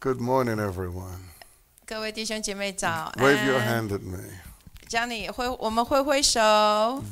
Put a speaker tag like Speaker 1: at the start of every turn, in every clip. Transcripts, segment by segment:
Speaker 1: Good morning, everyone.
Speaker 2: 各位弟兄姐妹早
Speaker 1: 嗯 Wave your
Speaker 2: 安，
Speaker 1: hand at me.
Speaker 2: 将你挥，我们挥挥手，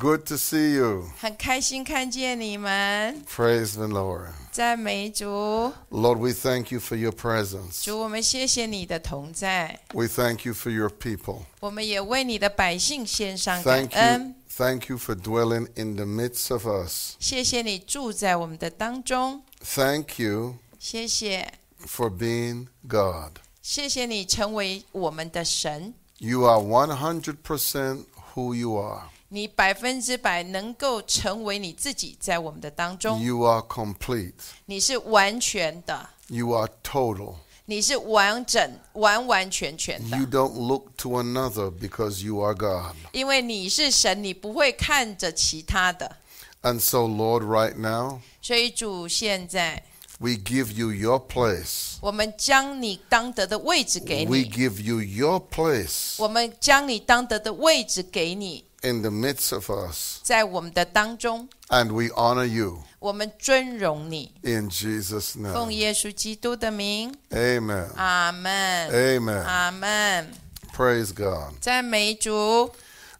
Speaker 1: Good to see you.
Speaker 2: 很开心看见你们，
Speaker 1: Praise the Lord.
Speaker 2: 赞美主，
Speaker 1: Lord, we thank you for your presence.
Speaker 2: 主，我们谢谢你的同在，
Speaker 1: We thank you for your people.
Speaker 2: 我们也为你的百姓献上感
Speaker 1: Thank you. Um,
Speaker 2: 恩，
Speaker 1: Thank you for dwelling in the midst of us.
Speaker 2: 谢谢你住在我们的当中，
Speaker 1: Thank you
Speaker 2: 谢谢，
Speaker 1: for being God.
Speaker 2: 谢谢你成为我们的神，
Speaker 1: You are 100% who you are.
Speaker 2: 你百分之百能够成为你自己在我们的当中，
Speaker 1: You are complete.
Speaker 2: 你是完全的，
Speaker 1: You are total.
Speaker 2: 你是完整、完完全全的。
Speaker 1: You don't look to another because you are God.
Speaker 2: 因为你是神，你不会看着其他的。
Speaker 1: And so, Lord, right now,
Speaker 2: 所以主，现在
Speaker 1: we give you your place.
Speaker 2: 我们将你当得的位置给
Speaker 1: We
Speaker 2: 你，
Speaker 1: give you your place
Speaker 2: 我们将你当得的位置给你，
Speaker 1: in the midst of us.
Speaker 2: 在我们的当中，
Speaker 1: And we honor you
Speaker 2: 我们尊荣你。
Speaker 1: in Jesus'
Speaker 2: 奉
Speaker 1: name.
Speaker 2: 耶稣基督的名，
Speaker 1: Amen.
Speaker 2: 阿门，
Speaker 1: Amen.
Speaker 2: 阿门。
Speaker 1: Praise God.
Speaker 2: 赞美主。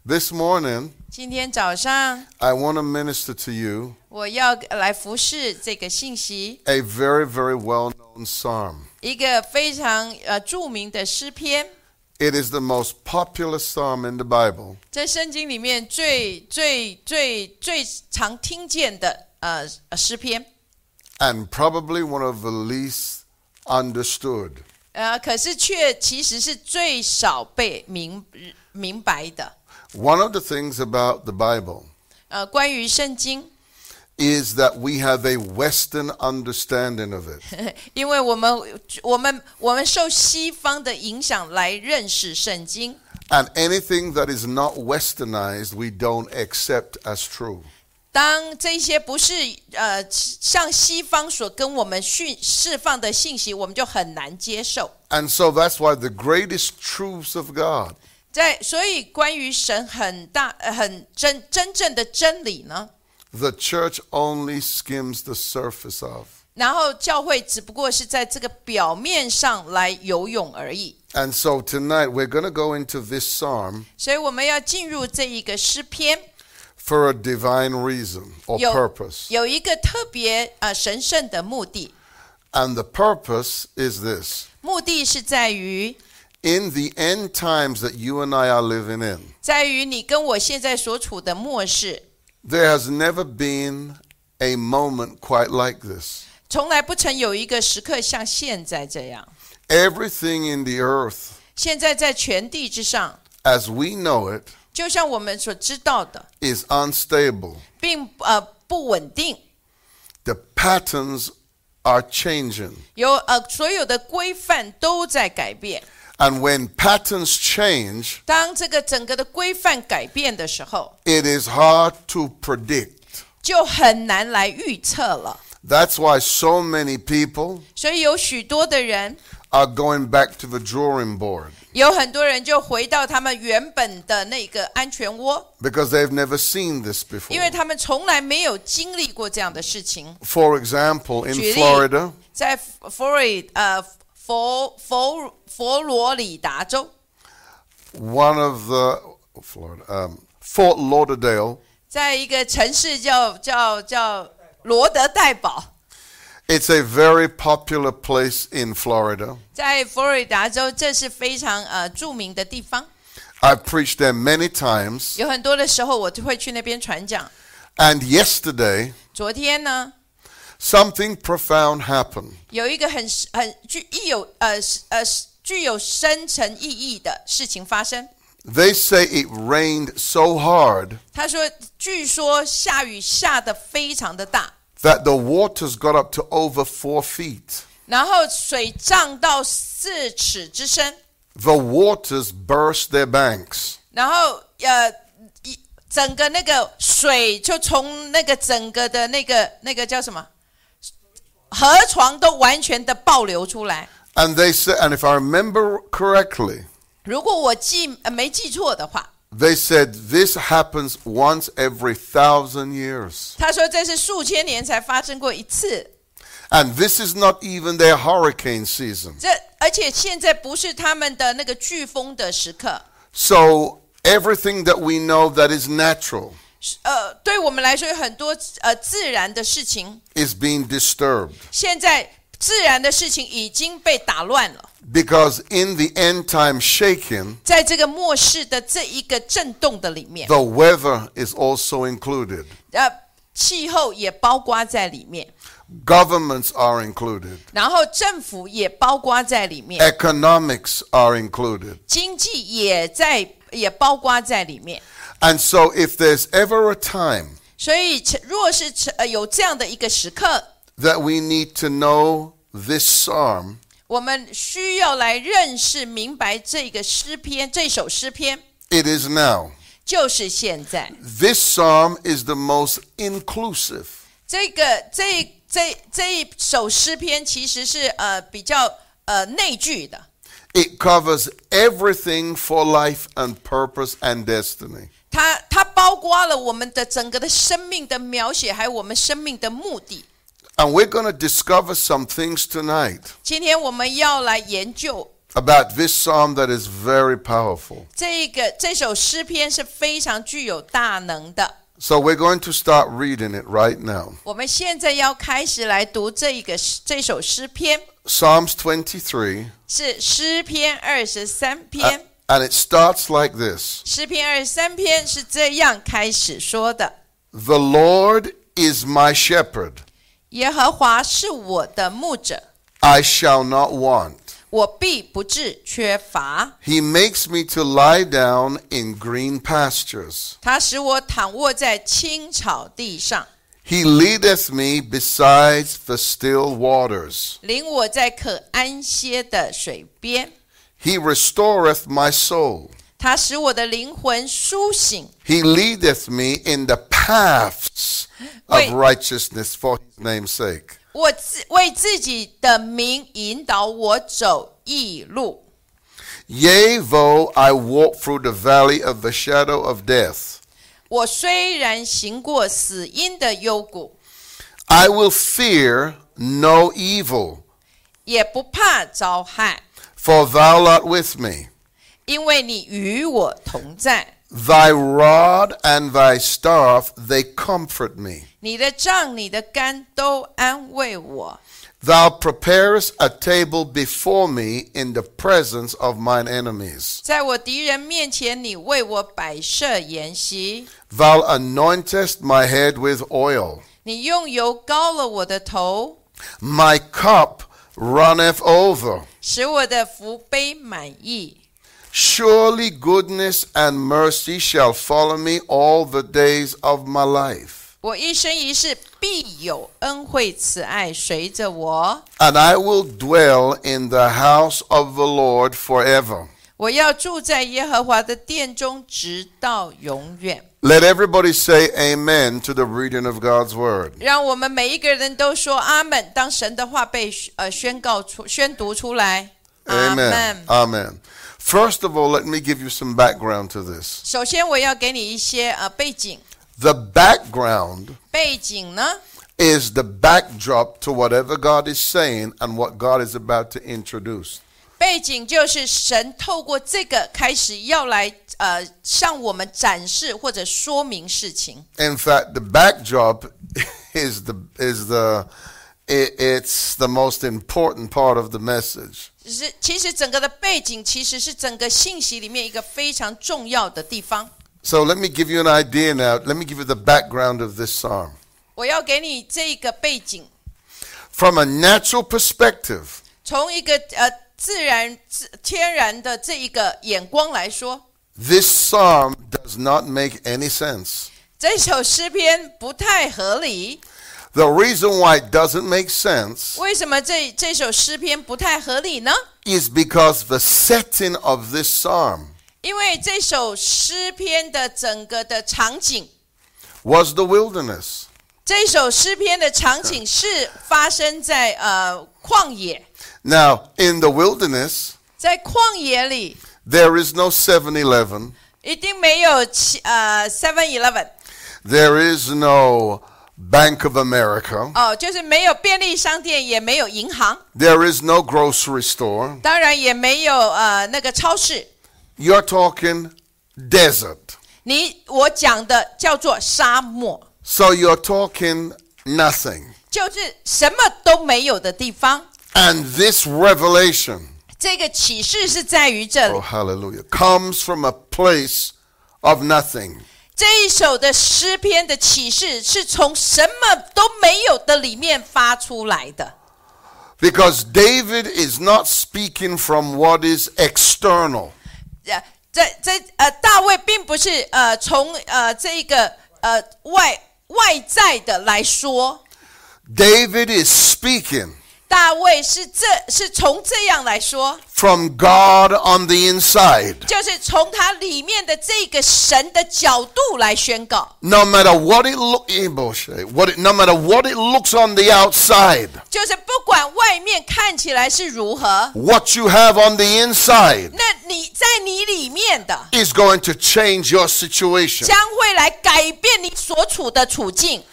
Speaker 1: This morning,
Speaker 2: 今天早上
Speaker 1: I want to minister to you
Speaker 2: 我要来服侍这个信息，
Speaker 1: a very, very well known psalm.
Speaker 2: 一个非常呃著名的诗篇，
Speaker 1: It is the most popular psalm in the Bible.
Speaker 2: 在圣经里面最最最最常听见的呃呃诗篇，
Speaker 1: and probably one of the least understood.
Speaker 2: 呃，可是却其实是最少被明明白的。
Speaker 1: One of the things about the Bible
Speaker 2: 呃，关于圣经，
Speaker 1: is that we have a Western understanding of it.
Speaker 2: 因为我们我们我们受西方的影响来认识圣经，
Speaker 1: and anything that is not westernized, we don't accept as true.
Speaker 2: 当这些不是呃像西方所跟我们讯释放的信息，我们就很难接受。
Speaker 1: And so that's why the greatest truths of God
Speaker 2: 在所以，关于神很大、呃很真真正的真理呢，
Speaker 1: the church only skims the surface of.
Speaker 2: 然后教会只不过是在这个表面上来游泳而已。
Speaker 1: And so tonight we're going to go into this psalm
Speaker 2: 所以我们要进入这一个诗篇，
Speaker 1: for a divine reason or
Speaker 2: Yo-
Speaker 1: purpose.
Speaker 2: 有一个特别呃神圣的目的，
Speaker 1: And the purpose is this.
Speaker 2: 目的是在于
Speaker 1: in the end times that you and I are living in,
Speaker 2: 在于你跟我现在所处的末世，
Speaker 1: there has never been a moment quite like this.
Speaker 2: 从来不曾有一个时刻像现在这样。
Speaker 1: Everything in the earth,
Speaker 2: 现在在全地之上，
Speaker 1: as we know it,
Speaker 2: 就像我们所知道的，
Speaker 1: is unstable.
Speaker 2: 并呃不稳定，
Speaker 1: The patterns are changing.
Speaker 2: 有呃所有的规范都在改变。
Speaker 1: And when patterns change,
Speaker 2: 当这个整个的规范改变的时候，
Speaker 1: it is hard to predict.
Speaker 2: 就很难来预测了。
Speaker 1: That's why so many people
Speaker 2: 所以有许多的人，
Speaker 1: are going back to the drawing board
Speaker 2: 有很多人就回到他们原本的那个安全窝，
Speaker 1: because they've never seen this
Speaker 2: 因
Speaker 1: before.
Speaker 2: 为他们从来没有经历过这样的事情。
Speaker 1: For example, in
Speaker 2: 举例
Speaker 1: Florida,
Speaker 2: 在佛罗里呃佛佛佛罗里达州，
Speaker 1: one of the oh, Florida, um, Fort Lauderdale.
Speaker 2: 在一个城市叫叫叫罗德代堡，
Speaker 1: It's a very popular place in Florida.
Speaker 2: 在佛罗里达州，这是非常呃著名的地方。
Speaker 1: I've preached there many times.
Speaker 2: 有很多的时候，我就会去那边传讲。
Speaker 1: And yesterday,
Speaker 2: 昨天呢，
Speaker 1: something profound happened.
Speaker 2: 有一个很很具意有呃呃具有深层意义的事情发生。
Speaker 1: They say it rained so hard
Speaker 2: 他说，据说下雨下的非常的大，
Speaker 1: that the waters got up to over four feet.
Speaker 2: 然后水涨到四尺之深，
Speaker 1: The waters burst their banks.
Speaker 2: 然后呃一整个那个水就从那个整个的那个那个叫什么河床都完全的暴流出来。
Speaker 1: And they said, and if I remember correctly,
Speaker 2: 如果我记呃没记错的话，
Speaker 1: they said this happens once every thousand years.
Speaker 2: 他说这是数千年才发生过一次，
Speaker 1: And this is not even their hurricane season.
Speaker 2: 这而且现在不是他们的那个飓风的时刻，
Speaker 1: So everything that we know that is natural
Speaker 2: 呃，对我们来说有很多呃自然的事情，
Speaker 1: is being disturbed
Speaker 2: 现在自然的事情已经被打乱了。
Speaker 1: because in the end time shaking,
Speaker 2: 在这个末世的这一个震动的里面，
Speaker 1: the weather is also included.
Speaker 2: 呃，气候也包括在里面，
Speaker 1: Governments are included.
Speaker 2: 然后政府也包括在里
Speaker 1: 哎
Speaker 2: 面，
Speaker 1: Economics are included.
Speaker 2: 经济也在也包括在里面。
Speaker 1: And so if there's ever a time
Speaker 2: 所以，若是呃有这样的一个时刻，
Speaker 1: that we need to know this psalm,
Speaker 2: 我们需要来认识、明白这个诗篇，这首诗篇
Speaker 1: it is now.
Speaker 2: 就是现在。
Speaker 1: This psalm is the most inclusive.
Speaker 2: 这个这这这一首诗篇其实是呃比较呃内聚的，
Speaker 1: It covers everything for life and purpose and destiny.
Speaker 2: 它它包括了我们的整个的生命的描写，还有我们生命的目的。
Speaker 1: And we're going to discover some things tonight
Speaker 2: 今天我们要来研究
Speaker 1: about this psalm that is very powerful.
Speaker 2: 这个这首诗篇是非常具有大能的。
Speaker 1: So we're going to start reading it right now.
Speaker 2: 我们现在要开始来读这一个诗这首诗篇，
Speaker 1: Psalms 23,
Speaker 2: 是诗篇二十三
Speaker 1: uh,
Speaker 2: 篇。
Speaker 1: and it starts like this
Speaker 2: 诗篇二十三篇是这样开始说的：
Speaker 1: The Lord is my shepherd,
Speaker 2: 耶和华是我的牧者，
Speaker 1: I shall not want.
Speaker 2: 我必不致缺乏。
Speaker 1: He makes me to lie down in green pastures.
Speaker 2: 他使我躺卧在青草地上，
Speaker 1: He leadeth me beside the still waters.
Speaker 2: 领我在可安歇的水边。
Speaker 1: He restoreth my soul.
Speaker 2: 他使我的灵魂苏醒，
Speaker 1: He leadeth me in the paths
Speaker 2: Wait.
Speaker 1: of righteousness for his name's sake.
Speaker 2: 我自为自己的名引导我走义路。
Speaker 1: Yea, though I walk through the valley of the shadow of death,
Speaker 2: 我虽然行过死荫的幽谷，
Speaker 1: I will fear no evil,
Speaker 2: 也不怕遭害，
Speaker 1: for thou art with me.
Speaker 2: 因为你与我同在。
Speaker 1: Thy rod and thy staff, they comfort me.
Speaker 2: 你的杖、你的肝都安慰我。
Speaker 1: Thou preparest a table before me in the presence of mine enemies.
Speaker 2: 在我敌人面前，你为我摆设筵席，
Speaker 1: Thou anointest my head with oil.
Speaker 2: 你用油膏了我的头，
Speaker 1: My cup runneth over.
Speaker 2: 使我的福杯满意。
Speaker 1: Surely goodness and mercy shall follow me all the days of my life,
Speaker 2: 我一生一世必有恩惠慈爱随着我，
Speaker 1: and I will dwell in the house of the Lord forever.
Speaker 2: 我要住在耶和华的殿中，直到永远。
Speaker 1: Let everybody say amen to the reading of God's word.
Speaker 2: 让我们每一个人都说阿门。当神的话被呃宣告出、宣读出来，阿
Speaker 1: Amen.
Speaker 2: 门。
Speaker 1: Amen. First of all, let me give you some background to this.
Speaker 2: 首先，我要给你一些呃背景。
Speaker 1: The background
Speaker 2: 背景呢，
Speaker 1: is the backdrop to whatever God is saying and what God is about to introduce.
Speaker 2: 背景就是神透过这个开始要来呃向我们展示或者说明事情。
Speaker 1: In fact, the backdrop is the is the i- it's the most important part of the message.
Speaker 2: 只是其实整个的背景其实是整个信息里面一个非常重要的地方。
Speaker 1: So let me give you an idea now. Let me give you the background of this psalm.
Speaker 2: 我要给你这个背景，
Speaker 1: From a natural perspective,
Speaker 2: 从一个呃自然自天然的这一个眼光来说，
Speaker 1: this psalm does not make any sense.
Speaker 2: 这首诗篇不太合理。
Speaker 1: The reason why it doesn't make sense
Speaker 2: 为什么这这首诗篇不太合理呢？
Speaker 1: is because the setting of this psalm
Speaker 2: 因为这首诗篇的整个的场景，
Speaker 1: was the wilderness.
Speaker 2: 这首诗篇的场景是发生在呃旷野，
Speaker 1: Now, in the wilderness,
Speaker 2: 在旷野里
Speaker 1: there is no 7 Eleven.
Speaker 2: 一定没有七呃 Seven Eleven，
Speaker 1: There is no Bank of America.
Speaker 2: 哦，就是没有便利商店，也没有银行，
Speaker 1: There is no grocery store.
Speaker 2: 当然也没有呃那个超市。
Speaker 1: You're talking desert.
Speaker 2: 你我讲的叫做沙漠，
Speaker 1: So you're talking nothing.
Speaker 2: 就是什么都没有的地方。
Speaker 1: And this revelation,
Speaker 2: 这个启示是在于这里
Speaker 1: oh。hallelujah, comes from a place of nothing.
Speaker 2: 这一首的诗篇的启示是从什么都没有的里面发出来的，
Speaker 1: Because David is not speaking from what is external.
Speaker 2: 呃，这这呃，大卫并不是呃从呃这一个呃外外在的来说，
Speaker 1: David is speaking
Speaker 2: 大卫是这是从这样来说，
Speaker 1: from God on the inside.
Speaker 2: 就是从他里面的这个神的角度来宣告，
Speaker 1: No matter what it look, what it, no matter what it looks on the outside,
Speaker 2: 就是不管外面看起来是如何，
Speaker 1: what you have on the inside
Speaker 2: 那你在你里面的
Speaker 1: is going to change your situation.
Speaker 2: 将会来改变你所处的处境。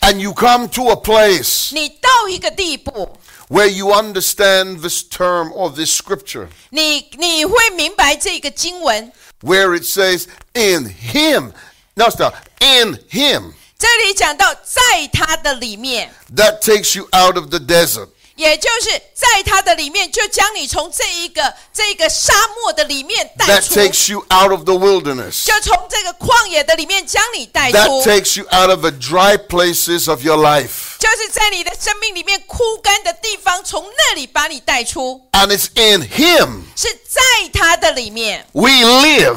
Speaker 1: And you come to a place
Speaker 2: 你到一个地步，
Speaker 1: where you understand this term or this scripture
Speaker 2: 你你会明白这个经文。
Speaker 1: where it says, in him, no, stop, in him.
Speaker 2: 这里讲到，在他的里面，
Speaker 1: That takes you out of the desert.
Speaker 2: 也就是在他的里面，就将你从这一个这个沙漠的里面带
Speaker 1: That
Speaker 2: 出，
Speaker 1: takes you out of the wilderness.
Speaker 2: 就从这个旷野的里面将你带
Speaker 1: That
Speaker 2: 出，
Speaker 1: takes you out of the dry places of your life.
Speaker 2: 就是在你的生命里面枯干的地方，从那里把你带出，
Speaker 1: And it's in him
Speaker 2: 是在他的里面，
Speaker 1: we live.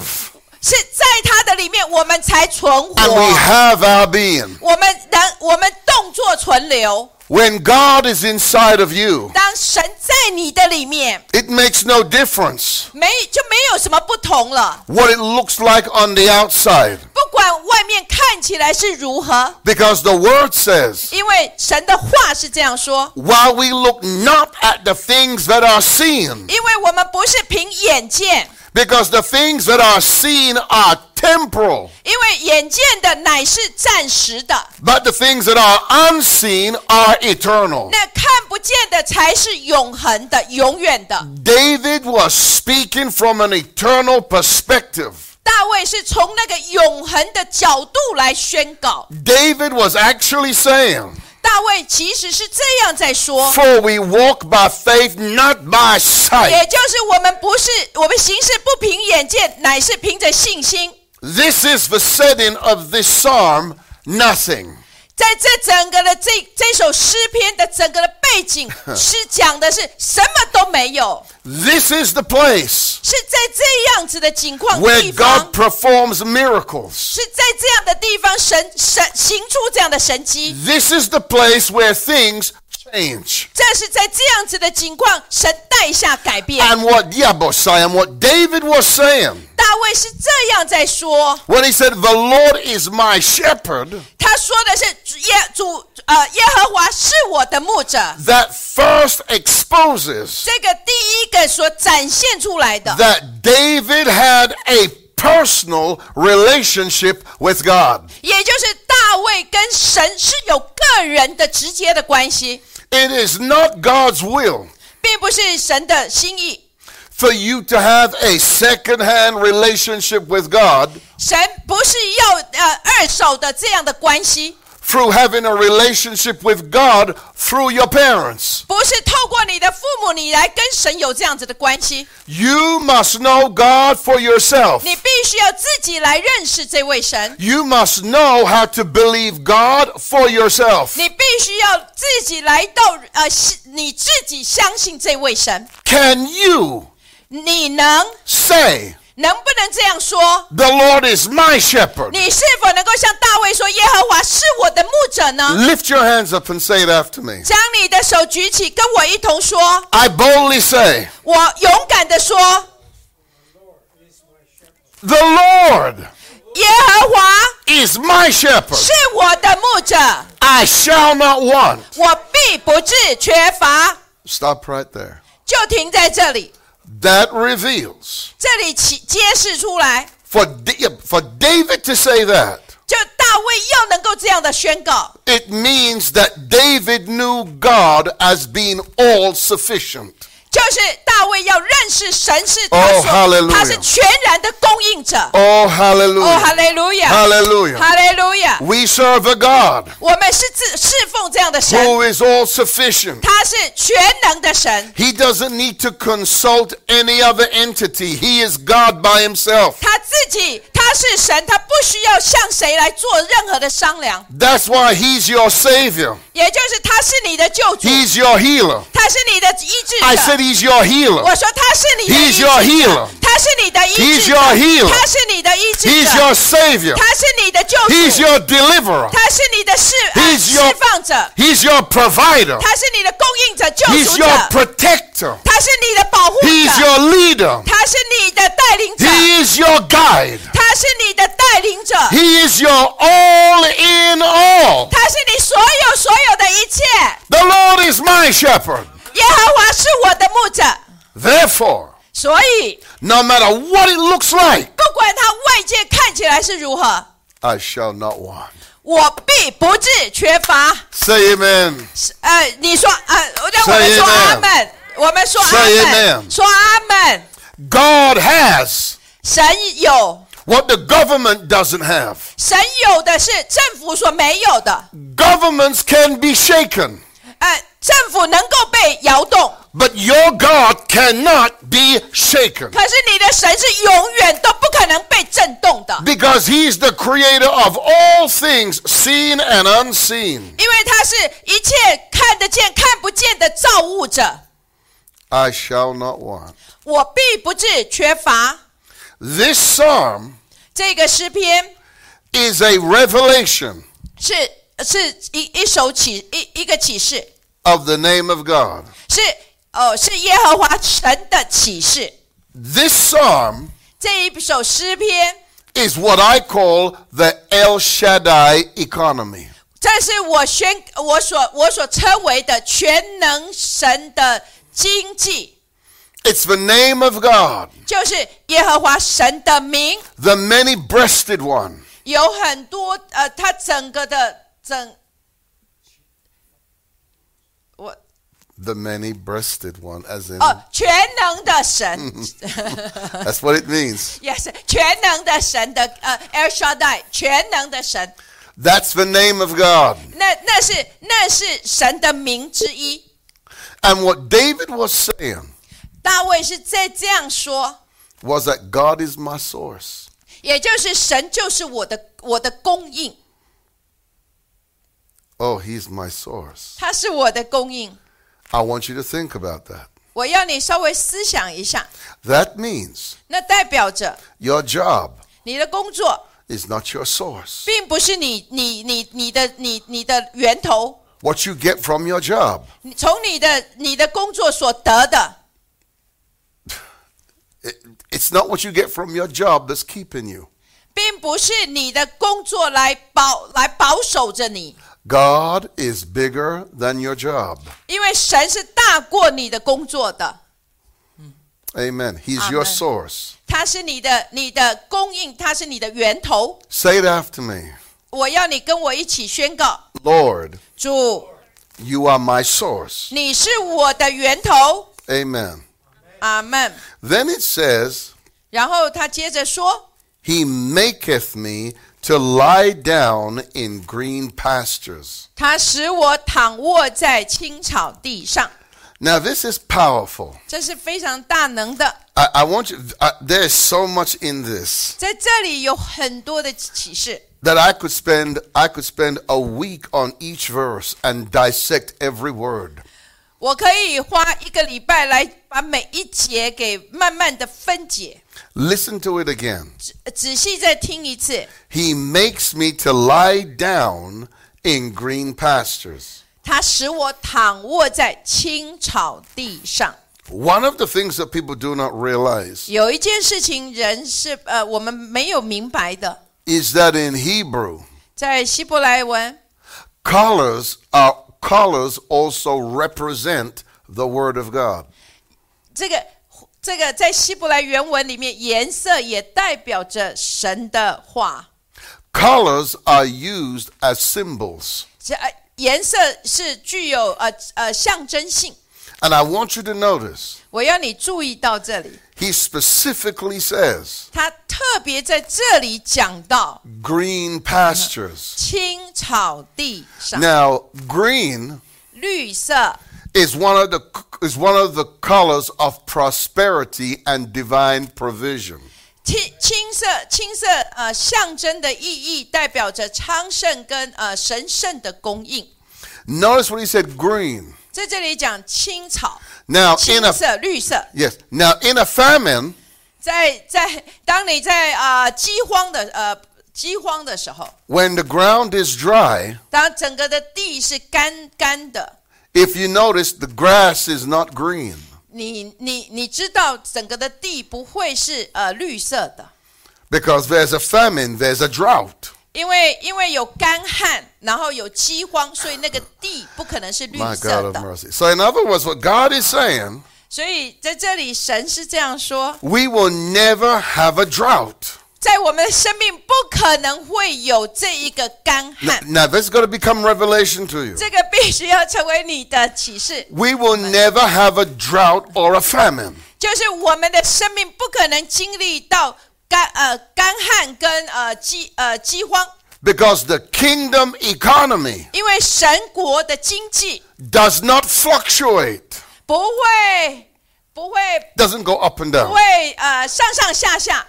Speaker 2: 是在他的里面，我们才存
Speaker 1: and we
Speaker 2: 活，
Speaker 1: have our being.
Speaker 2: 我们能我们动作存留。
Speaker 1: When God is inside of you,
Speaker 2: 当神在你的里面，
Speaker 1: it makes no difference
Speaker 2: 没就没有什么不同了。
Speaker 1: what it looks like on the outside
Speaker 2: 不管外面看起来是如何，
Speaker 1: because the word says,
Speaker 2: 因为神的话是这样说：
Speaker 1: while we look not at the things that are seen,
Speaker 2: 因为我们不是凭眼见，
Speaker 1: because the things that are seen are temporal,
Speaker 2: 因为眼见的乃是暂时的，
Speaker 1: but the things that are unseen are eternal.
Speaker 2: 那看不见的才是永恒的、永远的。
Speaker 1: David was speaking from an eternal perspective.
Speaker 2: 大卫是从那个永恒的角度来宣告。
Speaker 1: David was actually saying,
Speaker 2: 大卫其实是这样在说，
Speaker 1: For we walk by faith, not by sight.
Speaker 2: 也就是我们不是我们行事不凭眼见，乃是凭着信心。
Speaker 1: This is the setting of this psalm, nothing.
Speaker 2: 在这整个的这这首诗篇的整个的 背景是讲的是什么都没有，
Speaker 1: This is the place
Speaker 2: 是在这样子的情况地
Speaker 1: where
Speaker 2: 方
Speaker 1: God，performs miracles.
Speaker 2: 是在这样的地方神神行出这样的神迹，
Speaker 1: This is the place where things change.
Speaker 2: 这是在这样子的情况神带下改变。
Speaker 1: And what Yabosai and what David was saying
Speaker 2: 大卫是这样在说，
Speaker 1: when he said, The Lord is my shepherd,
Speaker 2: 他说的是主耶主呃耶和华是我的牧者，
Speaker 1: that first exposes
Speaker 2: 这个第一个所展现出来的。
Speaker 1: that David had a personal relationship with God.
Speaker 2: 也就是大卫跟神是有个人的直接的关系，
Speaker 1: It is not God's will
Speaker 2: 并不是神的心意。
Speaker 1: for you to have a second-hand relationship with God
Speaker 2: 神不是要呃二手的这样的关系，
Speaker 1: through having a relationship with God through your parents.
Speaker 2: 不是透过你的父母你来跟神有这样子的关系，
Speaker 1: You must know God for yourself.
Speaker 2: 你必须要自己来认识这位神，
Speaker 1: You must know how to believe God for yourself.
Speaker 2: 你必须要自己来到呃是你自己相信这位神，
Speaker 1: Can you
Speaker 2: 你能
Speaker 1: say,
Speaker 2: 能不能这样说？
Speaker 1: The Lord is my shepherd?
Speaker 2: 你是否能够像大卫说耶和华是我的牧者呢？
Speaker 1: Lift your hands up and say it after me.
Speaker 2: 将你的手举起，跟我一同说：
Speaker 1: I boldly say,
Speaker 2: 我勇敢地说，
Speaker 1: The Lord
Speaker 2: 耶和华
Speaker 1: is my shepherd.
Speaker 2: 是我的牧者，
Speaker 1: I shall not want.
Speaker 2: 我必不致缺乏。
Speaker 1: Stop right there.
Speaker 2: 就停在这里，
Speaker 1: That reveals
Speaker 2: 这里其揭示出来，
Speaker 1: for Da- for David to say that
Speaker 2: 就大卫要能够这样的宣告，
Speaker 1: It means that David knew God as being all sufficient.
Speaker 2: 就是大卫要认识神是他
Speaker 1: Oh,
Speaker 2: 所
Speaker 1: hallelujah.
Speaker 2: 他是全然的供应者。
Speaker 1: Oh, hallelujah.
Speaker 2: 哦，哈利路亚，
Speaker 1: Hallelujah.
Speaker 2: 哈利路亚！
Speaker 1: We serve a God
Speaker 2: 我们是自侍奉这样的神，
Speaker 1: who is all sufficient.
Speaker 2: 他是全能的神，
Speaker 1: He doesn't need to consult any other entity. He is God by himself.
Speaker 2: 他自己他是神，他不需要向谁来做任何的商量，
Speaker 1: That's why he's your savior.
Speaker 2: 也就是他是你的救主，
Speaker 1: He's your healer.
Speaker 2: 他是你的医治
Speaker 1: I said
Speaker 2: 者。
Speaker 1: he's your healer.
Speaker 2: 我说他是你的
Speaker 1: He's
Speaker 2: 医治
Speaker 1: your healer.
Speaker 2: 者，他是你的医
Speaker 1: He's
Speaker 2: 治
Speaker 1: your
Speaker 2: 者，
Speaker 1: healer.
Speaker 2: 他是你的医治
Speaker 1: He's
Speaker 2: 者，
Speaker 1: your savior.
Speaker 2: 他是你的救
Speaker 1: He's
Speaker 2: 主，
Speaker 1: your deliverer.
Speaker 2: 他是你的释
Speaker 1: He's
Speaker 2: 释
Speaker 1: your-
Speaker 2: 放者，
Speaker 1: He's your provider.
Speaker 2: 他是你的供应者、救
Speaker 1: He's
Speaker 2: 赎者
Speaker 1: your，protector.
Speaker 2: 他是你的保护
Speaker 1: He's
Speaker 2: 者，
Speaker 1: your leader.
Speaker 2: 他是你的带领者。
Speaker 1: He is your guide.
Speaker 2: 他是你的带领者，
Speaker 1: He is your all in all.
Speaker 2: 他是你所有所有的一切。
Speaker 1: The Lord is my shepherd.
Speaker 2: 耶和华是我的牧者，
Speaker 1: Therefore,
Speaker 2: 所以
Speaker 1: no matter what it looks like,
Speaker 2: 不管他外界看起来是如何，
Speaker 1: I shall not want.
Speaker 2: 我必不致缺乏。
Speaker 1: Say amen.
Speaker 2: 是呃，你说呃，让我
Speaker 1: Say
Speaker 2: 们说
Speaker 1: amen
Speaker 2: 阿门，我们说阿
Speaker 1: Say
Speaker 2: 门，
Speaker 1: amen
Speaker 2: 说阿门。
Speaker 1: God has
Speaker 2: 神有，
Speaker 1: what the government doesn't have.
Speaker 2: 神有的是政府所没有的。
Speaker 1: Governments can be shaken,
Speaker 2: 呃，政府能够被摇动，
Speaker 1: but your God cannot be shaken
Speaker 2: 可是你的神是永远都不可能被震动的。
Speaker 1: because he's the creator of all things seen and unseen.
Speaker 2: 因为他是一切看得见、看不见的造物者，
Speaker 1: I shall not want.
Speaker 2: 我必不致缺乏。
Speaker 1: This psalm
Speaker 2: 这个诗篇
Speaker 1: is a revelation
Speaker 2: 是是一一首启一一个启示，
Speaker 1: of the name of God.
Speaker 2: 是哦是耶和华神的启示。
Speaker 1: This psalm
Speaker 2: 这一首诗篇，
Speaker 1: is what I call the El Shaddai economy.
Speaker 2: 这是我宣我所我所称为的全能神的经济，
Speaker 1: It's the name of God,
Speaker 2: 就是耶和华神的名，
Speaker 1: the many breasted one.
Speaker 2: 有很多呃，他整个的整我。
Speaker 1: The many breasted one, as in,
Speaker 2: 哦，全能的神
Speaker 1: that's what it means.
Speaker 2: ，yes，全能的神的呃，El Shaddai，全能的神，
Speaker 1: That's the name of God.
Speaker 2: 那那是那是神的名之一。
Speaker 1: And what David was saying
Speaker 2: 大卫是在这样说，
Speaker 1: was that God is my source.
Speaker 2: 也就是神就是我的我的供应，
Speaker 1: Oh, he's my source.
Speaker 2: 他是我的供应。
Speaker 1: I want you to think about that.
Speaker 2: 我要你稍微思想一下，
Speaker 1: That means
Speaker 2: 那代表着
Speaker 1: your job
Speaker 2: 你的工作
Speaker 1: is not your source.
Speaker 2: 并不是你你你你的你你的源头，
Speaker 1: What you get from your job,
Speaker 2: 你从你的你的工作所得的，
Speaker 1: it- it's not what you get from your job that's keeping you.
Speaker 2: 并不是你的工作来保来保守着你，
Speaker 1: God is bigger than your job.
Speaker 2: 因为神是大过你的工作的，
Speaker 1: Amen. He's your
Speaker 2: Amen.
Speaker 1: source.
Speaker 2: 他是你的你的供应，他是你的源头。
Speaker 1: Say it after me.
Speaker 2: 我要你跟我一起宣告：
Speaker 1: Lord,
Speaker 2: 主，
Speaker 1: you are my source.
Speaker 2: 你是我的源头。
Speaker 1: Amen.
Speaker 2: 阿门。
Speaker 1: Then it says,
Speaker 2: 然后他接着说
Speaker 1: He maketh me to lie down in green pastures.：“
Speaker 2: 他使我躺卧在青草地上。
Speaker 1: Now, this is powerful. ”
Speaker 2: 这是非常大能的，
Speaker 1: I, I want you, I, there's so much in this
Speaker 2: 在这里有很多的启示，
Speaker 1: that I could spend, I could spend a week on each verse and dissect every word.
Speaker 2: 我可以花一个礼拜来把每一节给慢慢的分解。
Speaker 1: Listen to it again.
Speaker 2: 仔仔细再听一次，
Speaker 1: He makes me to lie down in green pastures.
Speaker 2: 他使我躺卧在青草地上。
Speaker 1: One of the things that people do not realize
Speaker 2: 有一件事情，人是呃，我们没有明白的，
Speaker 1: is that in Hebrew,
Speaker 2: 在希伯来文，
Speaker 1: colors are colors also represent the word of God.
Speaker 2: 这个这个在希伯来原文里面，颜色也代表着神的话，
Speaker 1: Colors are used as symbols.
Speaker 2: 这呃颜色是具有呃呃象征性。
Speaker 1: And I want you to notice,
Speaker 2: 我要你注意到这里，
Speaker 1: he specifically says
Speaker 2: 他特别在这里讲到
Speaker 1: green pastures.
Speaker 2: 青草地上
Speaker 1: Now, green
Speaker 2: 绿色，
Speaker 1: is one of the is one of the colors of prosperity and divine provision.
Speaker 2: 青青色青色呃象征的意义代表着昌盛跟呃神圣的供应。
Speaker 1: Notice what he said green.
Speaker 2: 在这里讲青草，
Speaker 1: Now in
Speaker 2: 青
Speaker 1: a
Speaker 2: 色绿色，
Speaker 1: yes, now in a famine,
Speaker 2: 在在当你在啊、呃饥荒的呃饥荒的时候，
Speaker 1: when the ground is dry,
Speaker 2: 当整个的地是干干的，
Speaker 1: if you notice the grass is not green.
Speaker 2: 你你你知道整个的地不会是呃绿色的，
Speaker 1: Because there's a famine, there's a drought.
Speaker 2: 因为因为有干旱，然后有饥荒，所以那个地不可能是绿
Speaker 1: My God
Speaker 2: 色
Speaker 1: of
Speaker 2: 的。
Speaker 1: mercy. So in other words, what God is saying,
Speaker 2: 所以在这里，神是这样说：
Speaker 1: we will never have a drought.
Speaker 2: 在我们的生命不可能会有这一个干
Speaker 1: Now,
Speaker 2: 旱，
Speaker 1: now this is going to become revelation to you.
Speaker 2: 这个必须要成为你的启示，
Speaker 1: We will never have a drought or a famine.
Speaker 2: 就是我们的生命不可能经历到干呃干旱跟呃饥呃饥荒，
Speaker 1: Because the kingdom economy
Speaker 2: 因为神国的经济
Speaker 1: does not fluctuate,
Speaker 2: 不会不会
Speaker 1: doesn't go up and
Speaker 2: 不
Speaker 1: down.
Speaker 2: 会呃上上下下，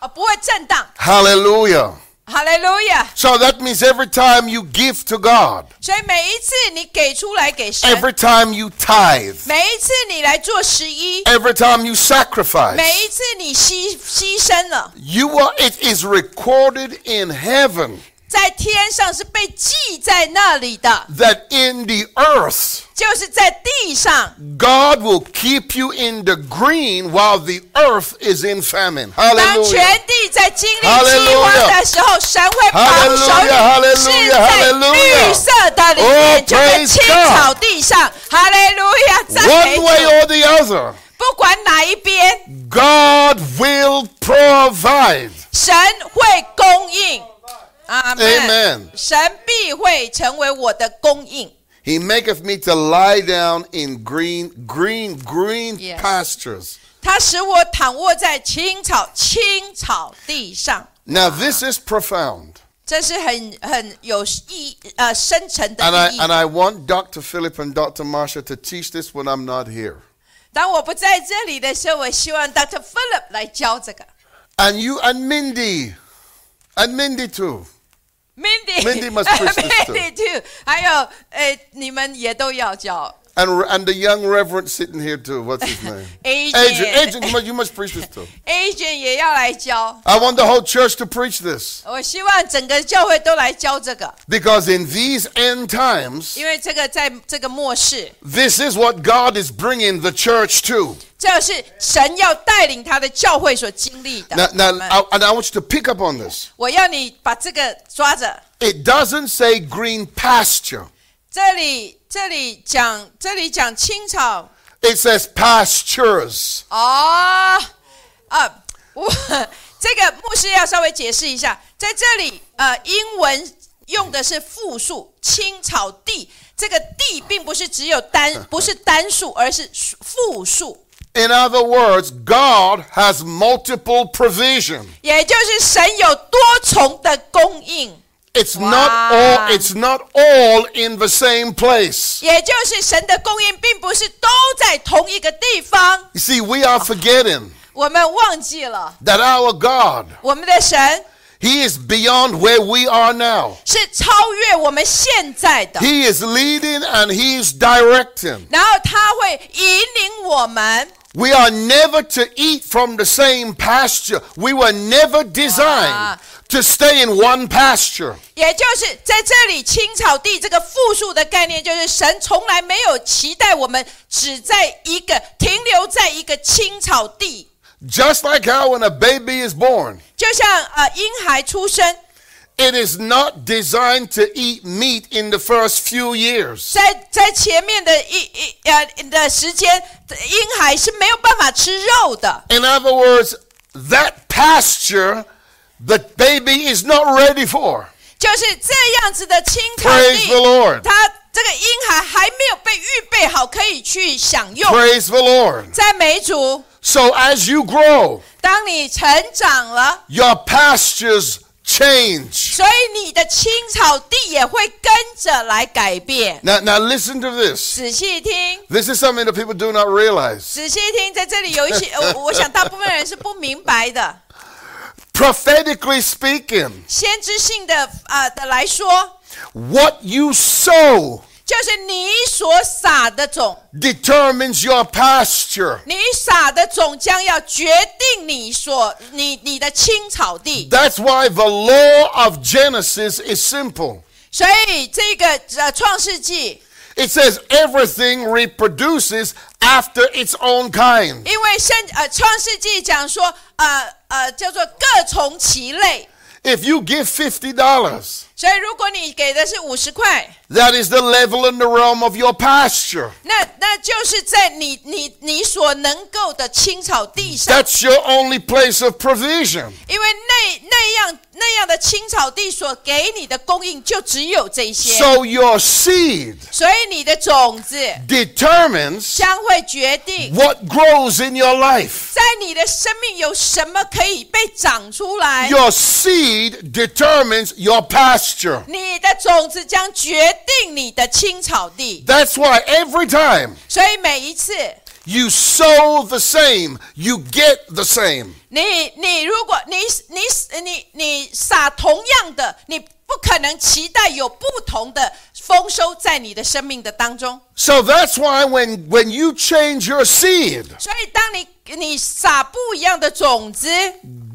Speaker 2: 呃不会震荡。
Speaker 1: Hallelujah.
Speaker 2: 哈利路亚！
Speaker 1: So that means every time you give to God,
Speaker 2: 所以每一次你给出来给神，
Speaker 1: every time you tithe,
Speaker 2: 每一次你来做十一，
Speaker 1: every time you sacrifice,
Speaker 2: 每一次你牺牺牲了，
Speaker 1: you will it is recorded in heaven
Speaker 2: 在天上是被记在那里的，
Speaker 1: that in the earth
Speaker 2: 就是在地上，
Speaker 1: God will keep you in the green while the earth is in famine.
Speaker 2: 当
Speaker 1: Hallelujah.
Speaker 2: 全地在经历饥
Speaker 1: Hallelujah
Speaker 2: 荒的时候，神会保守你
Speaker 1: Hallelujah，
Speaker 2: 是在
Speaker 1: Hallelujah，
Speaker 2: 绿色的里
Speaker 1: Oh，
Speaker 2: 面，就在
Speaker 1: praise
Speaker 2: 青草地上。哈利路亚！赞
Speaker 1: One
Speaker 2: 美
Speaker 1: way
Speaker 2: 主，
Speaker 1: or the other,
Speaker 2: 不管哪一边，
Speaker 1: God will provide.
Speaker 2: 神会供应。阿门
Speaker 1: Amen。
Speaker 2: 神必会成为我的供应。
Speaker 1: He maketh me to lie down in green, green, green
Speaker 2: Yes.
Speaker 1: pastures.
Speaker 2: 他使我躺卧在青草青草地上，
Speaker 1: Now, this is profound.
Speaker 2: 这是很很有意呃深沉
Speaker 1: And I,
Speaker 2: 的意义。
Speaker 1: and I want Dr. Philip and Dr. Marsha to teach this when I'm not here.
Speaker 2: 当我不在这里的时候，我希望 Dr. Philip 来教这个。
Speaker 1: And you and Mindy. And Mindy too.
Speaker 2: Mindy,
Speaker 1: Mindy must preach this too.
Speaker 2: Mindy too. 还有，哎，你们也都要教。
Speaker 1: And, and the young reverend sitting here too. What's his name?
Speaker 2: Adrian,
Speaker 1: Adrian. Adrian, you must, you must preach this too.
Speaker 2: Adrian 也要来教。
Speaker 1: I want the whole church to preach this.
Speaker 2: 我希望整个教会都来教这个，
Speaker 1: Because in these end times,
Speaker 2: 因为这个在这个末世，
Speaker 1: this is what God is bringing the church to.
Speaker 2: 这是神要带领他的教会所经历的
Speaker 1: Now,。now
Speaker 2: 你们
Speaker 1: I, and I want you to pick up on this.
Speaker 2: 我要你把这个抓着。
Speaker 1: It doesn't say green pasture.
Speaker 2: 这里这里讲这里讲清朝
Speaker 1: It says pastures.
Speaker 2: 啊啊，我这个牧师要稍微解释一下，在这里呃，英文用的是复数青草地，这个地并不是只有单不是单数，而是数复数，
Speaker 1: In other words, God has multiple provision.
Speaker 2: 也就是神有多重的供应，
Speaker 1: It's
Speaker 2: Wow.
Speaker 1: not all it's not all in the same place.
Speaker 2: 也就是神的供应并不是都在同一个地方，
Speaker 1: You see, we are forgetting
Speaker 2: 我们忘记了
Speaker 1: that our God,
Speaker 2: 我们的神。
Speaker 1: He is beyond where we are now.
Speaker 2: 是超越我们现在的，
Speaker 1: He is leading and He is directing.
Speaker 2: 然后他会引领我们。
Speaker 1: We are never to eat from the same pasture. We were never designed
Speaker 2: Wow.
Speaker 1: to stay in one pasture.
Speaker 2: 也就是在这里，青草地这个复数的概念，就是神从来没有期待我们只在一个停留在一个青草地，
Speaker 1: Just like how when a baby is born,
Speaker 2: 就像呃婴孩出生，
Speaker 1: it is not designed to eat meat in the first few years.
Speaker 2: 在在前面的一一呃的时间，婴孩是没有办法吃肉的。
Speaker 1: In other words, that pasture the baby is not ready for.
Speaker 2: 就是这样子的青草
Speaker 1: Praise the
Speaker 2: 地，
Speaker 1: Lord.
Speaker 2: 他这个婴孩还没有被预备好，可以去享用。
Speaker 1: Praise the Lord.
Speaker 2: 赞美主，
Speaker 1: So as you grow,
Speaker 2: 当你成长了，
Speaker 1: your pastures change.
Speaker 2: 所以你的青草地也会跟着来改变。
Speaker 1: Now, now listen to this.
Speaker 2: 仔细听，
Speaker 1: This is something that people do not realize.
Speaker 2: 仔细听，在这里有一 些，呃我我想大部分人是不明白的。
Speaker 1: Prophetically speaking,
Speaker 2: 先知性的啊、呃的来说，
Speaker 1: what you sow
Speaker 2: 就是你所撒的种，
Speaker 1: determines your pasture.
Speaker 2: 你撒的种将要决定你所你你的青草地。
Speaker 1: That's why the law of Genesis is simple.
Speaker 2: 所以这个呃创世纪，
Speaker 1: It says everything reproduces after its own kind.
Speaker 2: 因为圣呃创世纪讲说呃呃叫做各从其类，
Speaker 1: If you give $50,
Speaker 2: 所以如果你给的是五十块，
Speaker 1: that is the level and the realm of your pasture.
Speaker 2: 那那就是在你你你所能够的青草地上，
Speaker 1: That's your only place of provision.
Speaker 2: 因为那那样那样的青草地所给你的供应就只有这些，
Speaker 1: So your seed
Speaker 2: 所以你的种子
Speaker 1: determines
Speaker 2: 将会决定
Speaker 1: what grows in your life.
Speaker 2: 在你的生命有什么可以被长出来。
Speaker 1: Your seed determines your pasture.
Speaker 2: 你的种子将决定你的青草地，
Speaker 1: That's why every time
Speaker 2: 所以每一次
Speaker 1: you sow the same, you get the same.
Speaker 2: 你你如果你你你你撒同样的，你不可能期待有不同的丰收在你的生命的当中。
Speaker 1: So that's why when, when you change your seed,
Speaker 2: 所以当你你撒不一样的种子，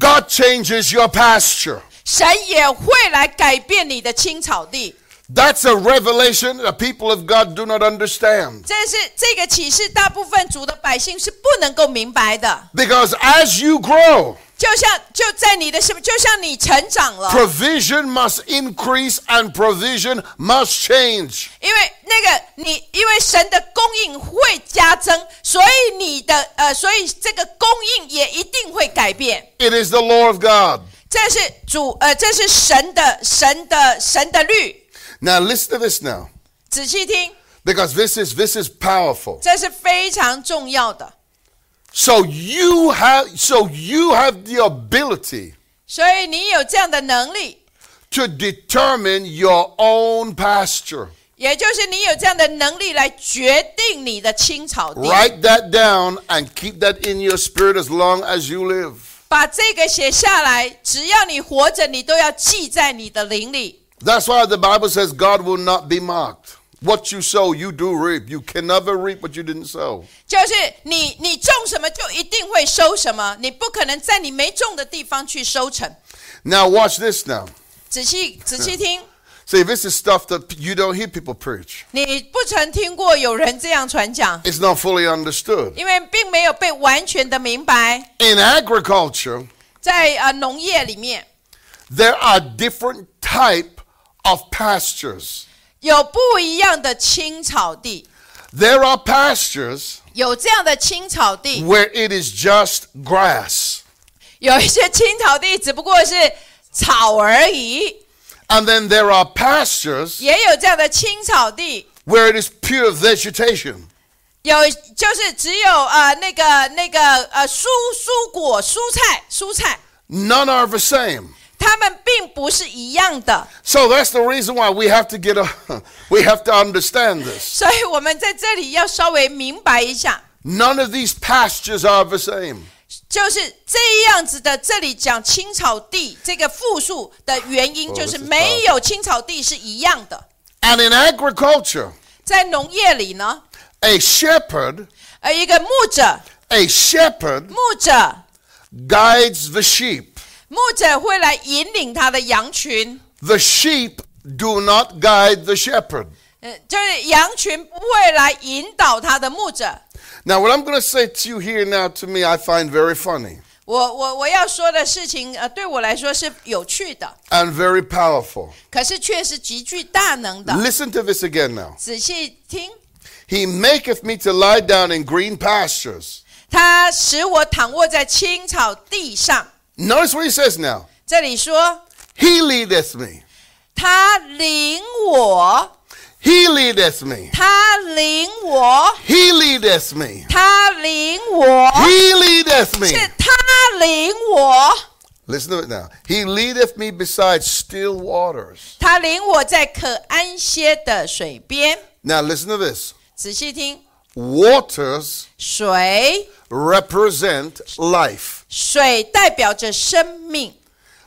Speaker 1: God changes your pasture.
Speaker 2: 神也会来改变你的青草地。
Speaker 1: That's a revelation the people of God do not understand.
Speaker 2: 这是这个启示，大部分族的百姓是不能够明白的。
Speaker 1: Because as you grow,
Speaker 2: 就像就在你的生命，就像你成长了。
Speaker 1: provision must increase and provision must change.
Speaker 2: 因为那个你，因为神的供应会加增，所以你的呃，所以这个供应也一定会改变。
Speaker 1: It is the law of God.
Speaker 2: 这是主呃，这是神的神的神的律。
Speaker 1: Now listen to this now.
Speaker 2: 仔细听，
Speaker 1: Because this is this is powerful.
Speaker 2: 这是非常重要的。
Speaker 1: So you have so you have the ability
Speaker 2: 所以你有这样的能力，
Speaker 1: to determine your own pasture.
Speaker 2: 也就是你有这样的能力来决定你的青草地。
Speaker 1: Write that down and keep that in your spirit as long as you live.
Speaker 2: 把这个写下来，只要你活着，你都要记在你的灵里。
Speaker 1: That's why the Bible says God will not be mocked. What you sow, you do reap. You can never reap what you didn't sow.
Speaker 2: 就是你你种什么就一定会收什么，你不可能在你没种的地方去收成。
Speaker 1: Now watch this now.
Speaker 2: 仔细仔细听，
Speaker 1: See, this is stuff that you don't hear people preach.
Speaker 2: 你不曾听过有人这样传讲，
Speaker 1: It's not fully understood.
Speaker 2: 因为并没有被完全的明白。
Speaker 1: In agriculture,
Speaker 2: 在呃农业里面
Speaker 1: there are different type of pastures.
Speaker 2: 有不一样的青草地，
Speaker 1: There are pastures
Speaker 2: 有这样的青草地，
Speaker 1: where it is just grass.
Speaker 2: 有一些青草地只不过是草而已，
Speaker 1: And then there are pastures
Speaker 2: 也有这样的青草地。
Speaker 1: where it is pure vegetation.
Speaker 2: 有就是只有呃那个那个呃蔬蔬果蔬菜蔬菜，
Speaker 1: None are the same.
Speaker 2: 他们并不是一样的，
Speaker 1: So that's the reason why we have to get a, we have to understand this.
Speaker 2: 所以我们在这里要稍微明白一下，
Speaker 1: None of these pastures are the same.
Speaker 2: 就是这样子的。这里讲青草地这个复数的原因，
Speaker 1: Oh,
Speaker 2: 哦就是
Speaker 1: this is
Speaker 2: 没有青草地是一样的。
Speaker 1: And in agriculture,
Speaker 2: 在农业里呢，
Speaker 1: a shepherd,
Speaker 2: 呃，一个牧者，
Speaker 1: a shepherd
Speaker 2: 牧者，
Speaker 1: guides the sheep.
Speaker 2: 牧者会来引领他的羊群，
Speaker 1: The sheep do not guide the shepherd.
Speaker 2: 呃，就是羊群不会来引导他的牧者。
Speaker 1: Now, what I'm going to say to you here now, to me, I find very funny
Speaker 2: 我我我要说的事情，呃，对我来说是有趣的，
Speaker 1: and very powerful.
Speaker 2: 可是却是极具大能的。
Speaker 1: Listen to this again now.
Speaker 2: 仔细听，
Speaker 1: He maketh me to lie down in green pastures.
Speaker 2: 他使我躺卧在青草地上。
Speaker 1: Notice what he says now.
Speaker 2: 这里说
Speaker 1: He leadeth me.
Speaker 2: 他领我，
Speaker 1: He leadeth me.
Speaker 2: 他领我，
Speaker 1: He leadeth me.
Speaker 2: 他领我，
Speaker 1: He leadeth me.
Speaker 2: 是他领我，
Speaker 1: Listen to it now. He leadeth me beside still waters.
Speaker 2: 他领我在可安歇的水边。
Speaker 1: Now listen to this.
Speaker 2: 仔细听，
Speaker 1: Waters
Speaker 2: 水
Speaker 1: represent life.
Speaker 2: 水代表着生命，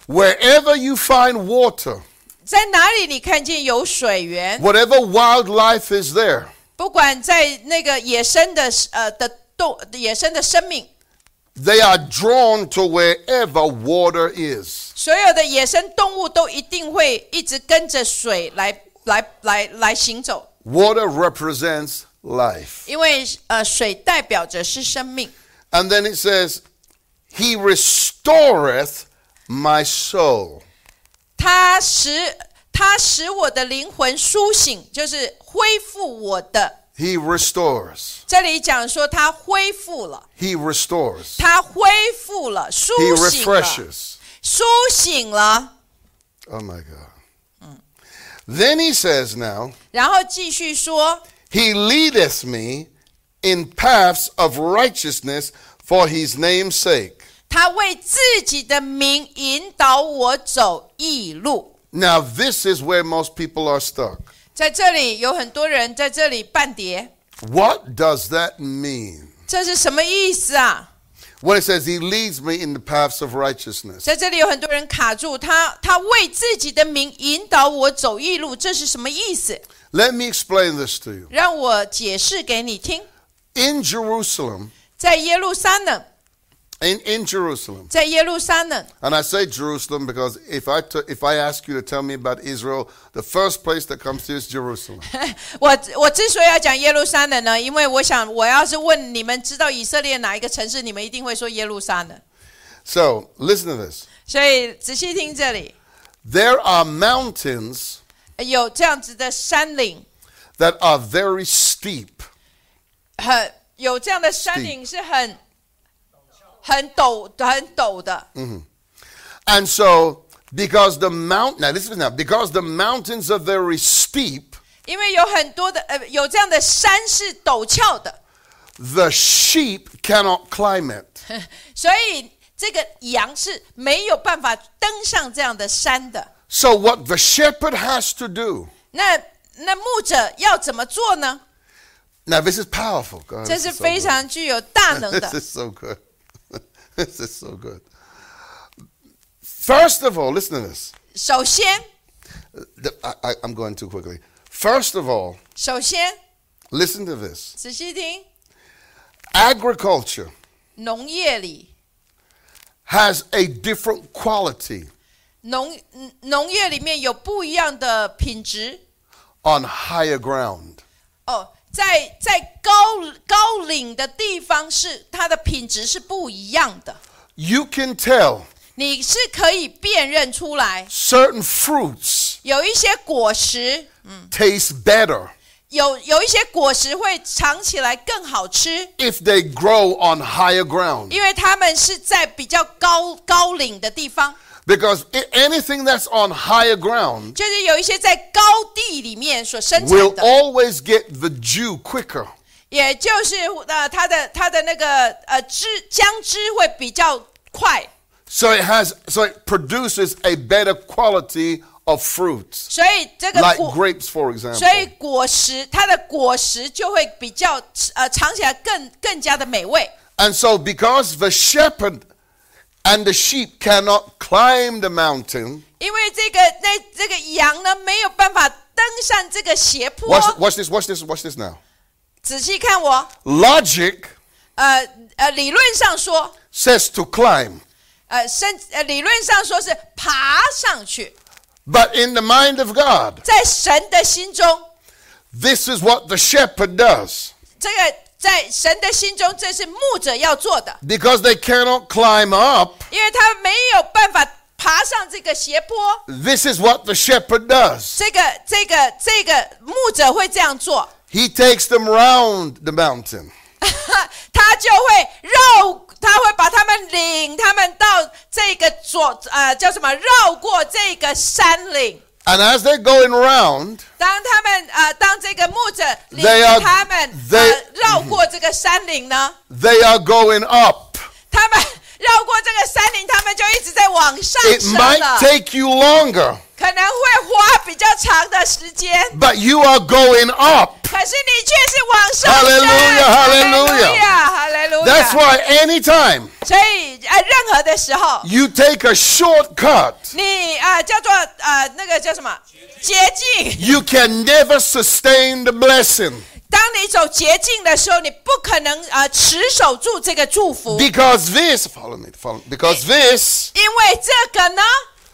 Speaker 1: Wherever you find water,
Speaker 2: 在哪里你看见有水源？
Speaker 1: whatever wildlife is there,
Speaker 2: 不管在那个野生的呃的动野生的生命，
Speaker 1: they are drawn to wherever water is.
Speaker 2: 所有的野生动物都一定会一直跟着水来来来来行走，
Speaker 1: Water represents life.
Speaker 2: 因为呃水代表着是生命。
Speaker 1: And then it says, He restoreth my soul.
Speaker 2: 它使它使我的灵魂苏醒，就是恢复我的。
Speaker 1: He restores.
Speaker 2: 这里讲说它恢复了，
Speaker 1: He restores.
Speaker 2: 它恢复了，苏
Speaker 1: He
Speaker 2: 醒了，
Speaker 1: refreshes.
Speaker 2: 苏醒了。
Speaker 1: Oh my God. Then he says, Now,
Speaker 2: 然后继续说，
Speaker 1: He leadeth me in paths of righteousness for his name's sake.
Speaker 2: 他为自己的名引导我走义路。
Speaker 1: Now, this is where most people are stuck.
Speaker 2: 在这里有很多人在这里半跌，
Speaker 1: What does that mean?
Speaker 2: 这是什么意思啊？
Speaker 1: When it says, He leads me in the paths of righteousness.
Speaker 2: 在这里有很多人卡住，他他为自己的名引导我走义路，这是什么意思？
Speaker 1: Let me explain this to you.
Speaker 2: 让我解释给你听。
Speaker 1: In Jerusalem,
Speaker 2: 在耶路撒冷，
Speaker 1: in, in Jerusalem,
Speaker 2: 在耶路撒冷，
Speaker 1: and I say Jerusalem because if I, t- if I ask you to tell me about Israel, the first place that comes to you is Jerusalem.
Speaker 2: 我我之所以要讲耶路撒冷呢，因为我想，我要是问你们知道以色列哪一个城市，你们一定会说耶路撒冷。
Speaker 1: so, listen to this.
Speaker 2: 所以仔细听这里。
Speaker 1: There are mountains
Speaker 2: 有这样子的山岭，
Speaker 1: that are very steep.
Speaker 2: 很有这样的山岭是很很陡很陡的。
Speaker 1: And so, because the mount now listen now, because the mountains are very steep,
Speaker 2: 因为有很多的呃，有这样的山是陡峭的，
Speaker 1: the sheep cannot climb it.
Speaker 2: 所以这个羊是没有办法登上这样的山的。
Speaker 1: So what the shepherd has to do
Speaker 2: 那那牧者要怎么做呢？
Speaker 1: now this is powerful. God,
Speaker 2: 这
Speaker 1: this
Speaker 2: 是
Speaker 1: is so
Speaker 2: 非
Speaker 1: good.
Speaker 2: 常具有大能
Speaker 1: This
Speaker 2: 的。
Speaker 1: is so good. This is so good. First of all, listen to this.
Speaker 2: 首先，
Speaker 1: The- I, I, I'm going too quickly. First of all,
Speaker 2: 首先
Speaker 1: listen to this.
Speaker 2: 仔细听，
Speaker 1: Agriculture
Speaker 2: 农业里
Speaker 1: has a different quality
Speaker 2: 农嗯农业里面有不一样的品质。
Speaker 1: on higher ground.
Speaker 2: 哦，在在高高岭的地方是它的品质是不一样的，
Speaker 1: You can tell
Speaker 2: 你是可以辨认出来。
Speaker 1: certain fruits
Speaker 2: 有一些果实，
Speaker 1: taste better
Speaker 2: 有有一些果实会尝起来更好吃，
Speaker 1: if they grow on higher ground
Speaker 2: 因为它们是在比较高高岭的地方，
Speaker 1: because i- anything that's on higher ground
Speaker 2: 就是有一些在高地里面所生产
Speaker 1: will
Speaker 2: 的，
Speaker 1: always get the dew quicker
Speaker 2: 也就是呃它的它的那个呃汁姜汁会比较快，
Speaker 1: so it has so it produces a better quality of fruits
Speaker 2: 所以这个
Speaker 1: like
Speaker 2: 果
Speaker 1: grapes for example
Speaker 2: 所以果实它的果实就会比较呃尝起来更更加的美味。
Speaker 1: and so because the shepherd and the sheep cannot climb the mountain
Speaker 2: 因为这个那这个羊呢没有办法登上这个斜坡。
Speaker 1: watch, watch this watch this watch this now
Speaker 2: 仔细看我，
Speaker 1: logic
Speaker 2: 呃呃，理论上说，
Speaker 1: says to climb
Speaker 2: 呃身呃理论上说是爬上去，
Speaker 1: but in the mind of god
Speaker 2: 在神的心中，
Speaker 1: This is what the shepherd does
Speaker 2: 这个在神的心中，这是牧者要做的，
Speaker 1: because they cannot climb up.
Speaker 2: 因为他没有办法爬上这个斜坡。
Speaker 1: This is what the shepherd does.
Speaker 2: 这个这个这个牧者会这样做。
Speaker 1: He takes them round the mountain.
Speaker 2: 他就会绕他会把他们领他们到这个左呃叫什么绕过这个山岭。
Speaker 1: And as they're going round,
Speaker 2: 当他们呃当这个牧者领
Speaker 1: They are-
Speaker 2: 他们
Speaker 1: they-
Speaker 2: 呃绕过这个山岭呢，
Speaker 1: they are going up.
Speaker 2: 他们绕过这个山岭，他们就一直在往上
Speaker 1: It
Speaker 2: 升
Speaker 1: might
Speaker 2: 了，
Speaker 1: take you longer,
Speaker 2: 可能会花比较长的时间。
Speaker 1: but you are going up.
Speaker 2: 可是你却是往上升
Speaker 1: Hallelujah, hallelujah.
Speaker 2: 哈利路
Speaker 1: That's
Speaker 2: 亚，哈利路亚。
Speaker 1: why anytime
Speaker 2: 所以呃，任何的时候，
Speaker 1: you take a shortcut,
Speaker 2: 你啊、呃叫做呃那个叫什么捷径？
Speaker 1: you can never sustain the blessing
Speaker 2: 当你走捷径的时候，你不可能啊、呃持守住这个祝福，
Speaker 1: because this, follow me, follow, because this
Speaker 2: 因为这个呢，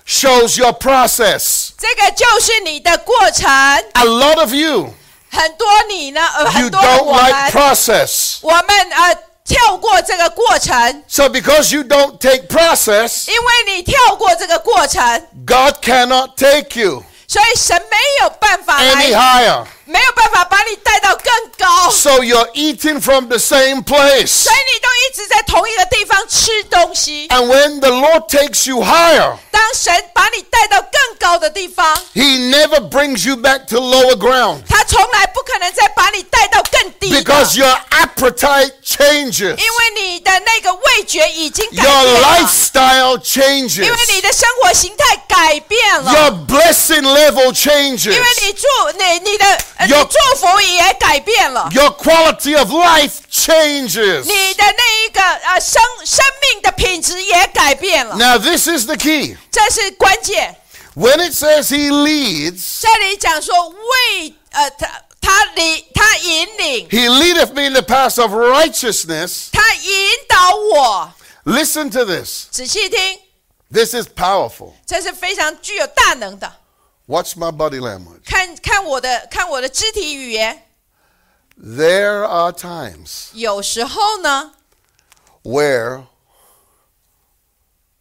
Speaker 1: shows your process.
Speaker 2: 这个就是你的过程。
Speaker 1: A lot of you,
Speaker 2: 很多你呢，呃，很
Speaker 1: you
Speaker 2: 多的
Speaker 1: don't
Speaker 2: 我们
Speaker 1: like process.
Speaker 2: 我们呃跳过这个过程，
Speaker 1: So because you don't take process,
Speaker 2: 因为你跳过这个过程，
Speaker 1: God cannot take you
Speaker 2: 所以神没有办法来
Speaker 1: any higher.
Speaker 2: 没有办法把你带到更高，所
Speaker 1: So you're eating from the same place.
Speaker 2: 以你都一直在同一个地方吃东西。
Speaker 1: And when the Lord takes you higher,
Speaker 2: 当神把你带到更高的地方，
Speaker 1: He never brings you back to lower ground
Speaker 2: 他从来不可能再把你带到更低的
Speaker 1: because your appetite changes,
Speaker 2: 因为你的那个味觉已经
Speaker 1: your
Speaker 2: 改变了，
Speaker 1: lifestyle
Speaker 2: 因为你
Speaker 1: changes,
Speaker 2: 的生活形态改变了，
Speaker 1: your blessing level changes,
Speaker 2: 因为你祝你你的呃你
Speaker 1: Your-
Speaker 2: 祝福也改变了，
Speaker 1: your quality of life changes.
Speaker 2: 你的那一个呃生生命的品质也改变了，
Speaker 1: Now, this is the key.
Speaker 2: 这是关键。
Speaker 1: When it says He leads,
Speaker 2: 这里讲说为呃他他领他引领
Speaker 1: He leadeth me in the paths of righteousness.
Speaker 2: 他引导我，
Speaker 1: Listen to this.
Speaker 2: 仔细听，
Speaker 1: This is powerful.
Speaker 2: 这是非常具有大能的。
Speaker 1: Watch my body language.
Speaker 2: 看看我的看我的肢体语言，
Speaker 1: There are times
Speaker 2: 有时候呢，
Speaker 1: where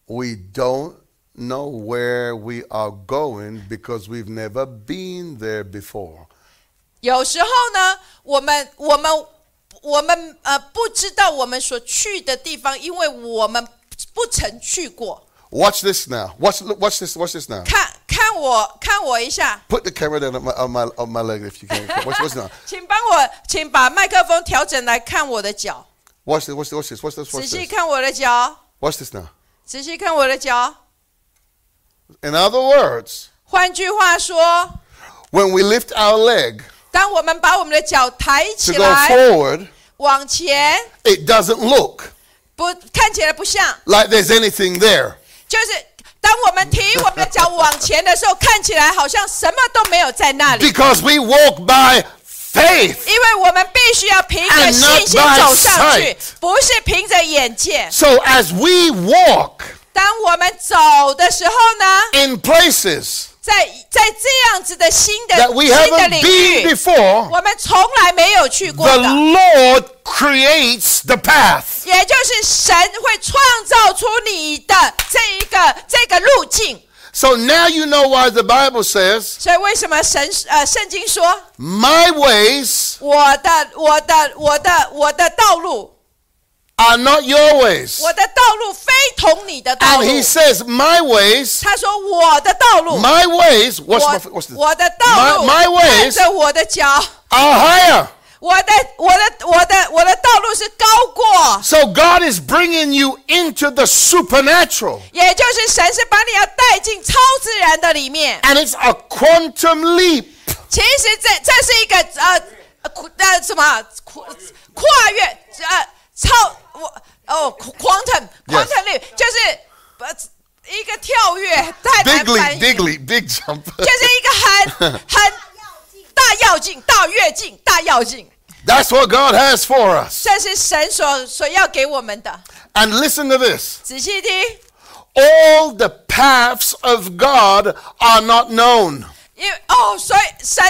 Speaker 1: we don't know where we are going because we've never been there before.
Speaker 2: 有时候呢，我们我们我们呃不知道我们所去的地方，因为我们不曾去过。
Speaker 1: Watch this now. Watch, look, watch this. Watch this now.
Speaker 2: 看看我看我一下，
Speaker 1: Put the camera down on my, on my, on my leg if you can. Watch, watch now.
Speaker 2: 请帮我请把麦克风调整来看我的脚，
Speaker 1: Watch this. Watch this. Watch this. Watch this.
Speaker 2: 仔
Speaker 1: Watch
Speaker 2: 细
Speaker 1: this.
Speaker 2: 看我的脚，
Speaker 1: Watch this now.
Speaker 2: 仔细看我的脚。
Speaker 1: In other words,
Speaker 2: 换句话说，
Speaker 1: when we lift our leg
Speaker 2: 当我们把我们的脚抬
Speaker 1: to
Speaker 2: 起
Speaker 1: go
Speaker 2: 来，
Speaker 1: forward,
Speaker 2: 往前，
Speaker 1: it doesn't look
Speaker 2: 不看起来不像，
Speaker 1: like there's anything there.
Speaker 2: 就是当我们提我们的脚往前的时候，看起来好像什么都没有在那里，
Speaker 1: Because we walk by faith.
Speaker 2: 因为我们必须要凭着
Speaker 1: And not
Speaker 2: 信心
Speaker 1: by
Speaker 2: 走上去
Speaker 1: sight，
Speaker 2: 不是凭着眼见。
Speaker 1: So as we walk
Speaker 2: 当我们走的时候呢，
Speaker 1: in places
Speaker 2: 在在这样子的新的
Speaker 1: that we
Speaker 2: 新的
Speaker 1: haven't
Speaker 2: 领
Speaker 1: been
Speaker 2: 域，
Speaker 1: before,
Speaker 2: 我们从来没有去过
Speaker 1: the
Speaker 2: 的。
Speaker 1: Lord creates the path.
Speaker 2: 也就是神会创造出你的这一个这个路径，
Speaker 1: So now you know why the Bible says,
Speaker 2: 所以为什么神呃圣经说
Speaker 1: My ways
Speaker 2: 我的我的我的我的道路，
Speaker 1: are not your ways.
Speaker 2: 我的道路非同你的道
Speaker 1: And
Speaker 2: 路。
Speaker 1: he says, My ways,
Speaker 2: 他说我的道路，
Speaker 1: my ways, what's,
Speaker 2: 我
Speaker 1: my, what's this?
Speaker 2: 我的道路
Speaker 1: My- my ways-
Speaker 2: 看着我的脚，
Speaker 1: are higher.
Speaker 2: 我的我的我的我的道路是高过，
Speaker 1: So God is bringing you into the supernatural.
Speaker 2: 也就是神是把你要带进超自然的里面。
Speaker 1: And it's a quantum leap.
Speaker 2: 其实这这是一个呃呃什么跨跨越呃超我哦 quantum
Speaker 1: Yes.
Speaker 2: quantum 率就是呃一个跳跃，太难
Speaker 1: Big
Speaker 2: 翻
Speaker 1: leap,
Speaker 2: 译
Speaker 1: big leap, big jump.
Speaker 2: 就是一个很很大跃进、大跃进、大跃进，
Speaker 1: That's what God has for us.
Speaker 2: 这是神所所要给我们的。
Speaker 1: And listen to this
Speaker 2: 仔细听，
Speaker 1: all the paths of God are not known.
Speaker 2: 因为哦，所以神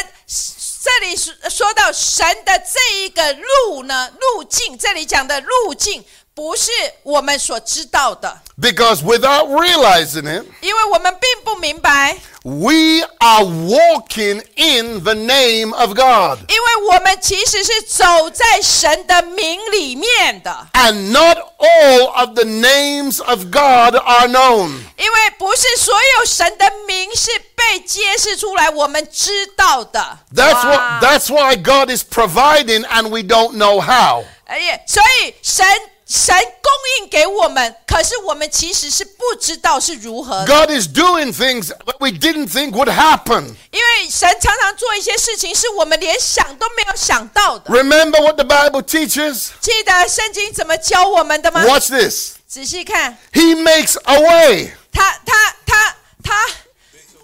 Speaker 2: 这里说说到神的这一个路呢，路径，这里讲的路径不是我们所知道的，
Speaker 1: Because without realizing it,
Speaker 2: 因为我们并不明白，
Speaker 1: we are walking in the name of God
Speaker 2: 因为我们其实是走在神的名里面的，
Speaker 1: and not all of the names of God are known.
Speaker 2: 因为不是所有神的名是被揭示出来，我们知道的。
Speaker 1: That's
Speaker 2: 哇
Speaker 1: what that's why God is providing and we don't know how.
Speaker 2: 而且，哎所以神神供应给我们，可是我们其实是不知道是如何的，
Speaker 1: God is doing things that we didn't think would happen.
Speaker 2: 因为神常常做一些事情是我们连想都没有想到的。
Speaker 1: Remember what the Bible teaches?
Speaker 2: 记得圣经怎么教我们的吗？
Speaker 1: Watch this.
Speaker 2: 仔细看，
Speaker 1: He makes a way.
Speaker 2: 他他他他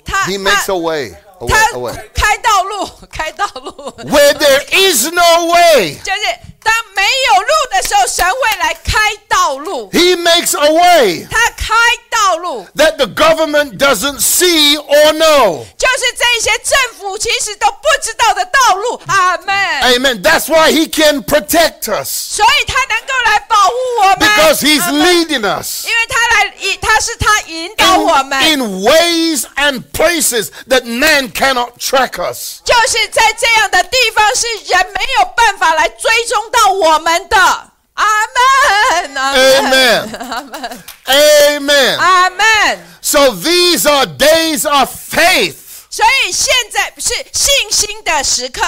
Speaker 2: 他
Speaker 1: He makes a way. A way,
Speaker 2: 他
Speaker 1: a
Speaker 2: 他
Speaker 1: way.
Speaker 2: 开道路，开道路，
Speaker 1: Where there is no way,
Speaker 2: 就是当没有路的时候，神会来开道路，
Speaker 1: He makes a way
Speaker 2: 他开道路。
Speaker 1: that the government doesn't see or know.
Speaker 2: 就是这些政府其实都不知道的道路，阿门。
Speaker 1: Amen. That's why He can protect us
Speaker 2: 所以他能够来保护我们
Speaker 1: because He's
Speaker 2: 阿们
Speaker 1: leading us.
Speaker 2: 因为他来引，他是他引导我
Speaker 1: in,
Speaker 2: 们
Speaker 1: in ways and places that man cannot track us.
Speaker 2: 就是在这样的地方是人没有办法来追踪到我们的，阿门，阿门，
Speaker 1: Amen.
Speaker 2: 阿门，
Speaker 1: Amen.
Speaker 2: 阿门。
Speaker 1: So these are days of faith.
Speaker 2: 所以现在是信心的时刻，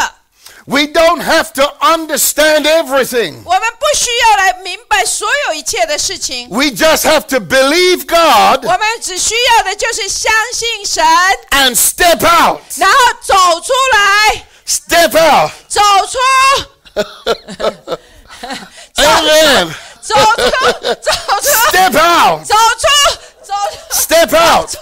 Speaker 1: We don't have to understand everything.
Speaker 2: 我们不需要来明白所有一切的事情，
Speaker 1: We just have to believe God
Speaker 2: 我们只需要的就是相信神，
Speaker 1: and step out.
Speaker 2: 然后走出来，
Speaker 1: Step out.
Speaker 2: 走出，
Speaker 1: Amen.
Speaker 2: 走出，走出，
Speaker 1: Step out.
Speaker 2: 走出，走出，
Speaker 1: Step out.
Speaker 2: 走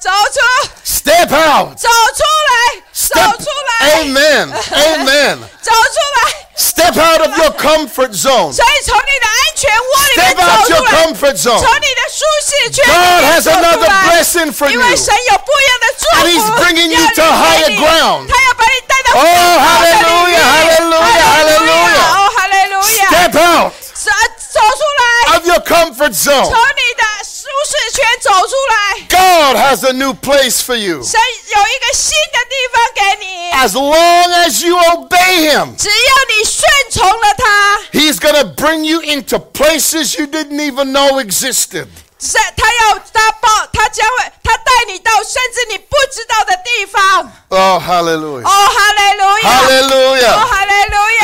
Speaker 2: 走出，
Speaker 1: Step out.
Speaker 2: 走出来，走
Speaker 1: Step.
Speaker 2: 出来，
Speaker 1: Amen. Amen.
Speaker 2: 走出来。
Speaker 1: Step out of your comfort zone.
Speaker 2: 所以从你的安全窝里面
Speaker 1: Step out
Speaker 2: 走
Speaker 1: your
Speaker 2: 出来，
Speaker 1: comfort
Speaker 2: 从
Speaker 1: zone.
Speaker 2: 你的舒适圈
Speaker 1: God
Speaker 2: 里面
Speaker 1: has
Speaker 2: 走出
Speaker 1: another
Speaker 2: 来，
Speaker 1: blessing for
Speaker 2: 因
Speaker 1: you.
Speaker 2: 为神有不一样的祝
Speaker 1: And he's
Speaker 2: 福，
Speaker 1: bringing you
Speaker 2: 要
Speaker 1: to higher
Speaker 2: 你
Speaker 1: ground.
Speaker 2: 他要把你带到
Speaker 1: Oh,
Speaker 2: 更高的领域
Speaker 1: hallelujah, hallelujah,
Speaker 2: 哦，哈利路亚，
Speaker 1: Step out
Speaker 2: 走走出来，
Speaker 1: of your comfort zone.
Speaker 2: 从你的舒适圈走出来，
Speaker 1: God has a new place for you.
Speaker 2: 神有一个新的地方给你，
Speaker 1: As long as you obey Him,
Speaker 2: 只要你顺从了他。
Speaker 1: He's going to bring you into places you didn't even know existed.
Speaker 2: 是他要他抱，他将会他带你到甚至你不知道的地方。
Speaker 1: Oh, hallelujah.
Speaker 2: 哦，哈利路
Speaker 1: Hallelujah.
Speaker 2: 亚，哦，哈利路亚，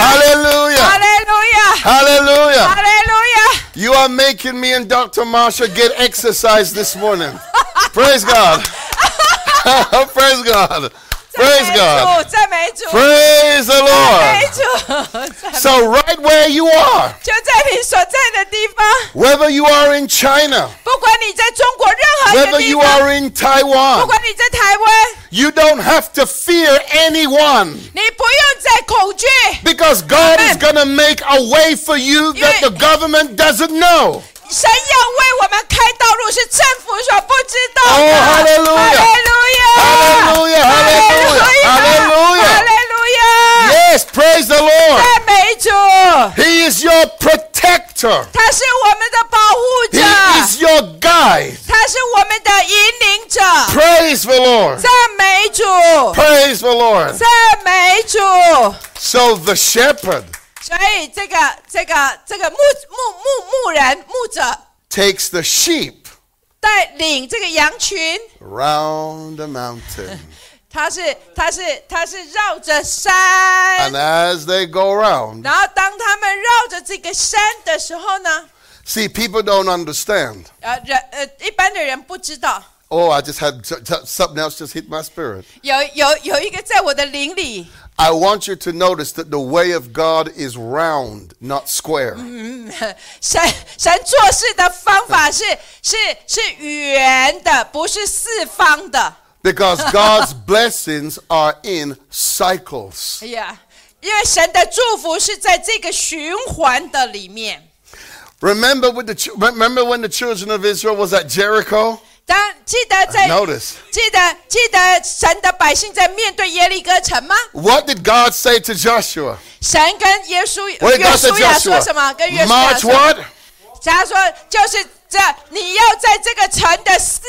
Speaker 2: 哈
Speaker 1: Hallelujah.
Speaker 2: 利路亚，
Speaker 1: Hallelujah.
Speaker 2: 哈利路亚。
Speaker 1: You are making me and Dr. Marsha get exercise this morning. Praise God. Praise God. Praise God.
Speaker 2: 赞美主，赞
Speaker 1: Praise the Lord.
Speaker 2: 美 主，赞美主，
Speaker 1: So, right where you are,
Speaker 2: 就在你所在的地方，
Speaker 1: whether you are in China,
Speaker 2: 不管你在中国任何一个
Speaker 1: whether
Speaker 2: 地
Speaker 1: you
Speaker 2: 方，
Speaker 1: are in
Speaker 2: 不
Speaker 1: Taiwan,
Speaker 2: 管你在台湾，
Speaker 1: you don't have to fear anyone
Speaker 2: 你不用再恐惧，
Speaker 1: because God is
Speaker 2: Amen.
Speaker 1: going to make a way for you that the government doesn't know.
Speaker 2: 神要为我们开道路，是政府所不知道的。
Speaker 1: 哦哈利路亚
Speaker 2: 哈利路
Speaker 1: Hallelujah, hallelujah,
Speaker 2: 亚，哈利路
Speaker 1: hallelujah.
Speaker 2: 亚，哈利路亚，
Speaker 1: Yes, praise the Lord.
Speaker 2: 赞美主，
Speaker 1: He is your protector,
Speaker 2: 他是我们的保护
Speaker 1: He
Speaker 2: 者，
Speaker 1: is your guide.
Speaker 2: 他是我们的引领者，
Speaker 1: Praise the Lord.
Speaker 2: 赞美主，
Speaker 1: Praise the Lord.
Speaker 2: 赞美主。
Speaker 1: So, the shepherd
Speaker 2: 所以这个这个这个牧牧牧牧人牧者
Speaker 1: takes the sheep
Speaker 2: 带领这个羊群，
Speaker 1: round the mountain.
Speaker 2: 他是他是他是绕着山。
Speaker 1: And as they go round,
Speaker 2: 然后当他们绕着这个山的时候呢，
Speaker 1: see, people don't understand.
Speaker 2: 呃，人呃一般的人不知道，
Speaker 1: Oh, I just had t- t- something else just hit my spirit.
Speaker 2: 有有有一个在我的灵里，
Speaker 1: I want you to notice that the way of God is round, not square.
Speaker 2: 嗯，神神做事的方法是是是圆的，不是四方的。
Speaker 1: Because God's blessings are in cycles.
Speaker 2: 哎呀，因为神的祝福是在这个循环的里面。
Speaker 1: Remember with the ch- remember when the children of Israel was at Jericho?
Speaker 2: 当记得在
Speaker 1: Notice
Speaker 2: 记得记得神的百姓在面对耶利哥城吗？
Speaker 1: what did God say to Joshua?
Speaker 2: 神跟耶稣
Speaker 1: What did
Speaker 2: 约
Speaker 1: God say
Speaker 2: 书
Speaker 1: to Uh,
Speaker 2: 亚说什么？跟约
Speaker 1: Joshua?
Speaker 2: 书亚
Speaker 1: March
Speaker 2: 说。
Speaker 1: what?
Speaker 2: 假如说就是这，你要在这个城的四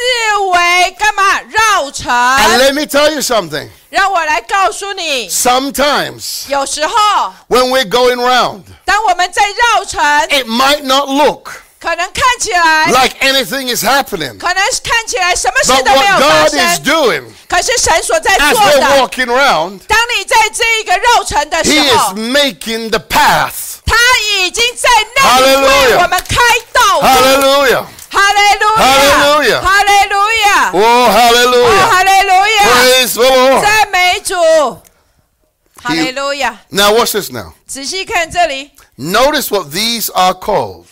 Speaker 2: 围干嘛绕城？
Speaker 1: And let me tell you something.
Speaker 2: 让我来告诉你，
Speaker 1: Sometimes
Speaker 2: 有时候
Speaker 1: when we're going round,
Speaker 2: 当我们在绕城，
Speaker 1: it might not look
Speaker 2: 可能看起来，
Speaker 1: like anything is happening.
Speaker 2: 可能看起来什么事
Speaker 1: But
Speaker 2: 都没有
Speaker 1: what
Speaker 2: 发
Speaker 1: God is
Speaker 2: 生，
Speaker 1: doing
Speaker 2: 可是神所在
Speaker 1: as
Speaker 2: 做
Speaker 1: we're
Speaker 2: 的。
Speaker 1: walking round,
Speaker 2: 当你在这一个绕城的
Speaker 1: He
Speaker 2: 时
Speaker 1: is
Speaker 2: 候，
Speaker 1: making the path.
Speaker 2: 他已经在那里
Speaker 1: Hallelujah
Speaker 2: 为我们开道路。
Speaker 1: Hallelujah.
Speaker 2: 哈利路
Speaker 1: Hallelujah
Speaker 2: 亚，哈利路亚，
Speaker 1: Oh,
Speaker 2: 哦
Speaker 1: hallelujah.
Speaker 2: 哈利路亚，
Speaker 1: Praise the Lord.
Speaker 2: 赞美主，哈利路亚。
Speaker 1: Now, watch this now.
Speaker 2: 仔细看这里，
Speaker 1: Notice what these are called.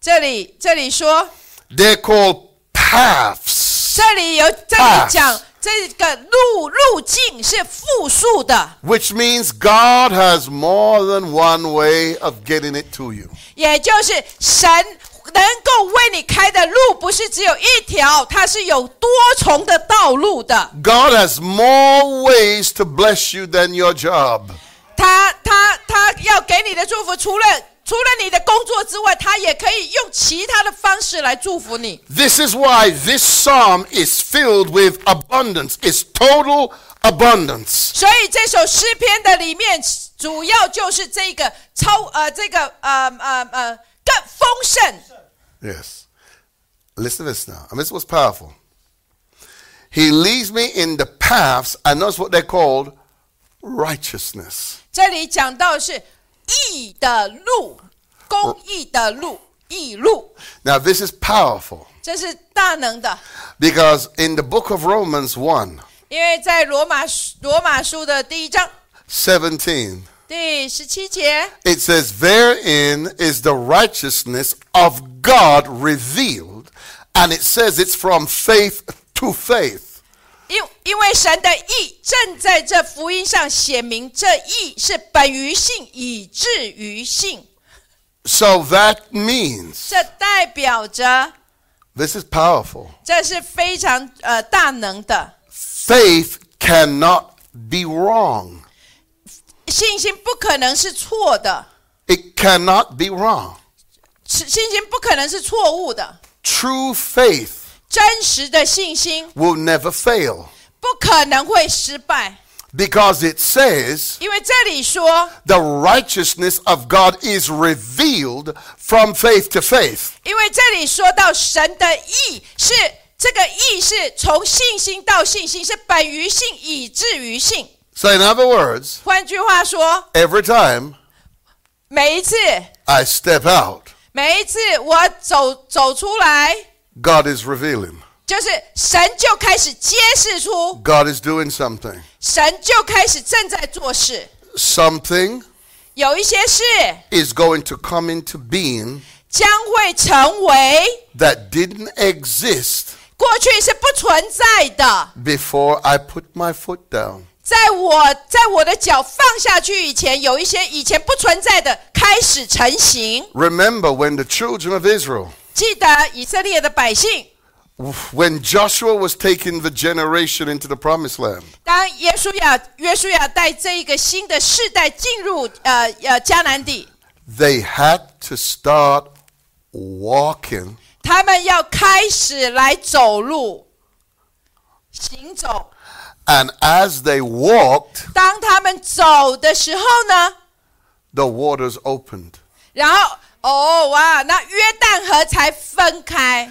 Speaker 2: 这里，这里说，
Speaker 1: They're called paths,
Speaker 2: 这里有这里
Speaker 1: Paths
Speaker 2: 讲这个路路径是复数的，
Speaker 1: which means God has more than one way of getting it to you.
Speaker 2: 也就是神能够为你开的路不是只有一条，它是有多重的道路的。
Speaker 1: God has more ways to bless you than your job.
Speaker 2: 他他他要给你的祝福，除了除了你的工作之外，他也可以用其他的方式来祝福你。
Speaker 1: This is why this psalm is filled with abundance. It's total abundance.
Speaker 2: 所以这首诗篇的里面，主要就是这个超呃这个呃呃呃更丰盛。
Speaker 1: Yes. Listen to this now. And this was powerful. He leads me in the paths, and notice what they're called righteousness.
Speaker 2: 这里讲到是义的路，公义的路，义路，
Speaker 1: Now, this is powerful
Speaker 2: 这是大能的。
Speaker 1: because in the book of Romans 1
Speaker 2: 因为在罗马罗马书的第一章
Speaker 1: 17,
Speaker 2: 第十七节，
Speaker 1: it says, Therein is the righteousness of God revealed. And it says it's from faith to faith.
Speaker 2: 因因为神的义正在这福音上写明，这义是本于信以至于信，
Speaker 1: So that means
Speaker 2: 这代表着
Speaker 1: this is powerful.
Speaker 2: 这是非常呃大能的
Speaker 1: Faith cannot be wrong.
Speaker 2: 信心，不可能是错的，
Speaker 1: It cannot be wrong.
Speaker 2: 是信心不可能是错误的，
Speaker 1: True faith
Speaker 2: 真实的信心
Speaker 1: will never fail
Speaker 2: 不可能会失败，
Speaker 1: because it says
Speaker 2: 因为这里说，
Speaker 1: the righteousness of God is revealed from faith to faith.
Speaker 2: 因为这里说到神的义是这个义是从信心到信心，是本于信以至于信。
Speaker 1: So, in other words,
Speaker 2: 换句话说，
Speaker 1: every time
Speaker 2: 每一次，
Speaker 1: I step out,
Speaker 2: 每一次我走走出来，
Speaker 1: God is revealing,
Speaker 2: 就是神就开始揭示出，
Speaker 1: God is doing something.
Speaker 2: 神就开始正在做事。
Speaker 1: Something
Speaker 2: 有一些事
Speaker 1: is going to come into being
Speaker 2: 将会成为
Speaker 1: that didn't exist
Speaker 2: 过去是不存在的，
Speaker 1: before I put my foot down.
Speaker 2: 在我在我的脚放下去以前，有一些以前不存在的开始成型。
Speaker 1: Remember when the children of Israel,
Speaker 2: 记得以色列的百姓，
Speaker 1: when Joshua was taking the generation into the promised land,
Speaker 2: 当耶稣亚约书亚带这一个新的世代进入呃呃迦南地，
Speaker 1: they had to start walking
Speaker 2: 他们要开始来走路、行走。
Speaker 1: And as they walked,
Speaker 2: 当他们走的时候呢，
Speaker 1: the waters opened.
Speaker 2: 然后哦哇，那约旦河才分开。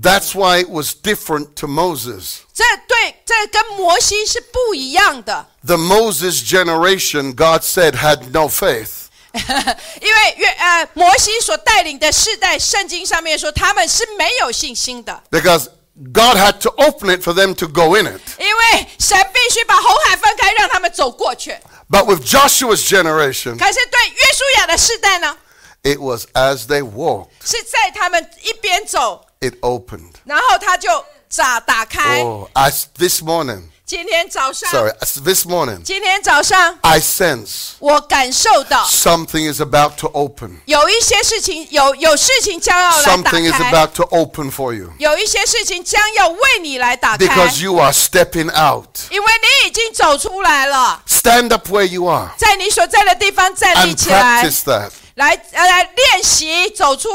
Speaker 1: That's why it was different to Moses.
Speaker 2: 这对这跟摩西是不一样的，
Speaker 1: The Moses generation, God said, had no faith.
Speaker 2: 因为约呃摩西所带领的世代，圣经上面说他们是没有信心的，
Speaker 1: Because God had to open it for them to go in it.
Speaker 2: 因为神必须把红海分开，让他们走过去。
Speaker 1: But with Joshua's generation,
Speaker 2: 可是对约书亚的世代呢，
Speaker 1: it was as they walked,
Speaker 2: 是在他们一边走，
Speaker 1: it opened.
Speaker 2: 然后他就咋打开。
Speaker 1: Oh, I, this morning,
Speaker 2: 今天早上
Speaker 1: sorry, this morning,
Speaker 2: 今天早上
Speaker 1: I sense
Speaker 2: 我感受到
Speaker 1: something is about to open.
Speaker 2: 有一些事情，有有事情将要来打
Speaker 1: Something is
Speaker 2: 开，
Speaker 1: about to open for you
Speaker 2: 有一些事情将要为你来打开，
Speaker 1: because you are stepping out.
Speaker 2: 因为你已经走出来了，
Speaker 1: Stand up where you are
Speaker 2: 在你所在的地方站立
Speaker 1: and
Speaker 2: 起来，
Speaker 1: practice that.
Speaker 2: 来呃来练习走出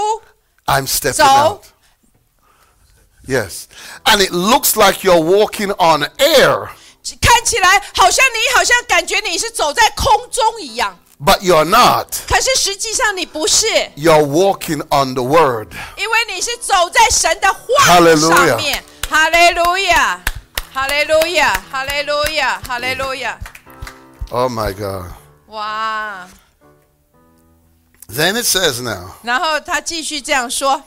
Speaker 1: I'm stepping
Speaker 2: So-
Speaker 1: out. Yes. And it looks like you're walking on air,
Speaker 2: 看起来好像你好像感觉你是走在空中一样，
Speaker 1: but you're not.
Speaker 2: 可是实际上你不是，
Speaker 1: You're walking on the word.
Speaker 2: 因为你是走在神的话语上面。哈利路亚，哈利路亚，哈利路亚，哈利路亚！
Speaker 1: Oh my God.
Speaker 2: 哇！
Speaker 1: Then it says now,
Speaker 2: 然后他继续这样说：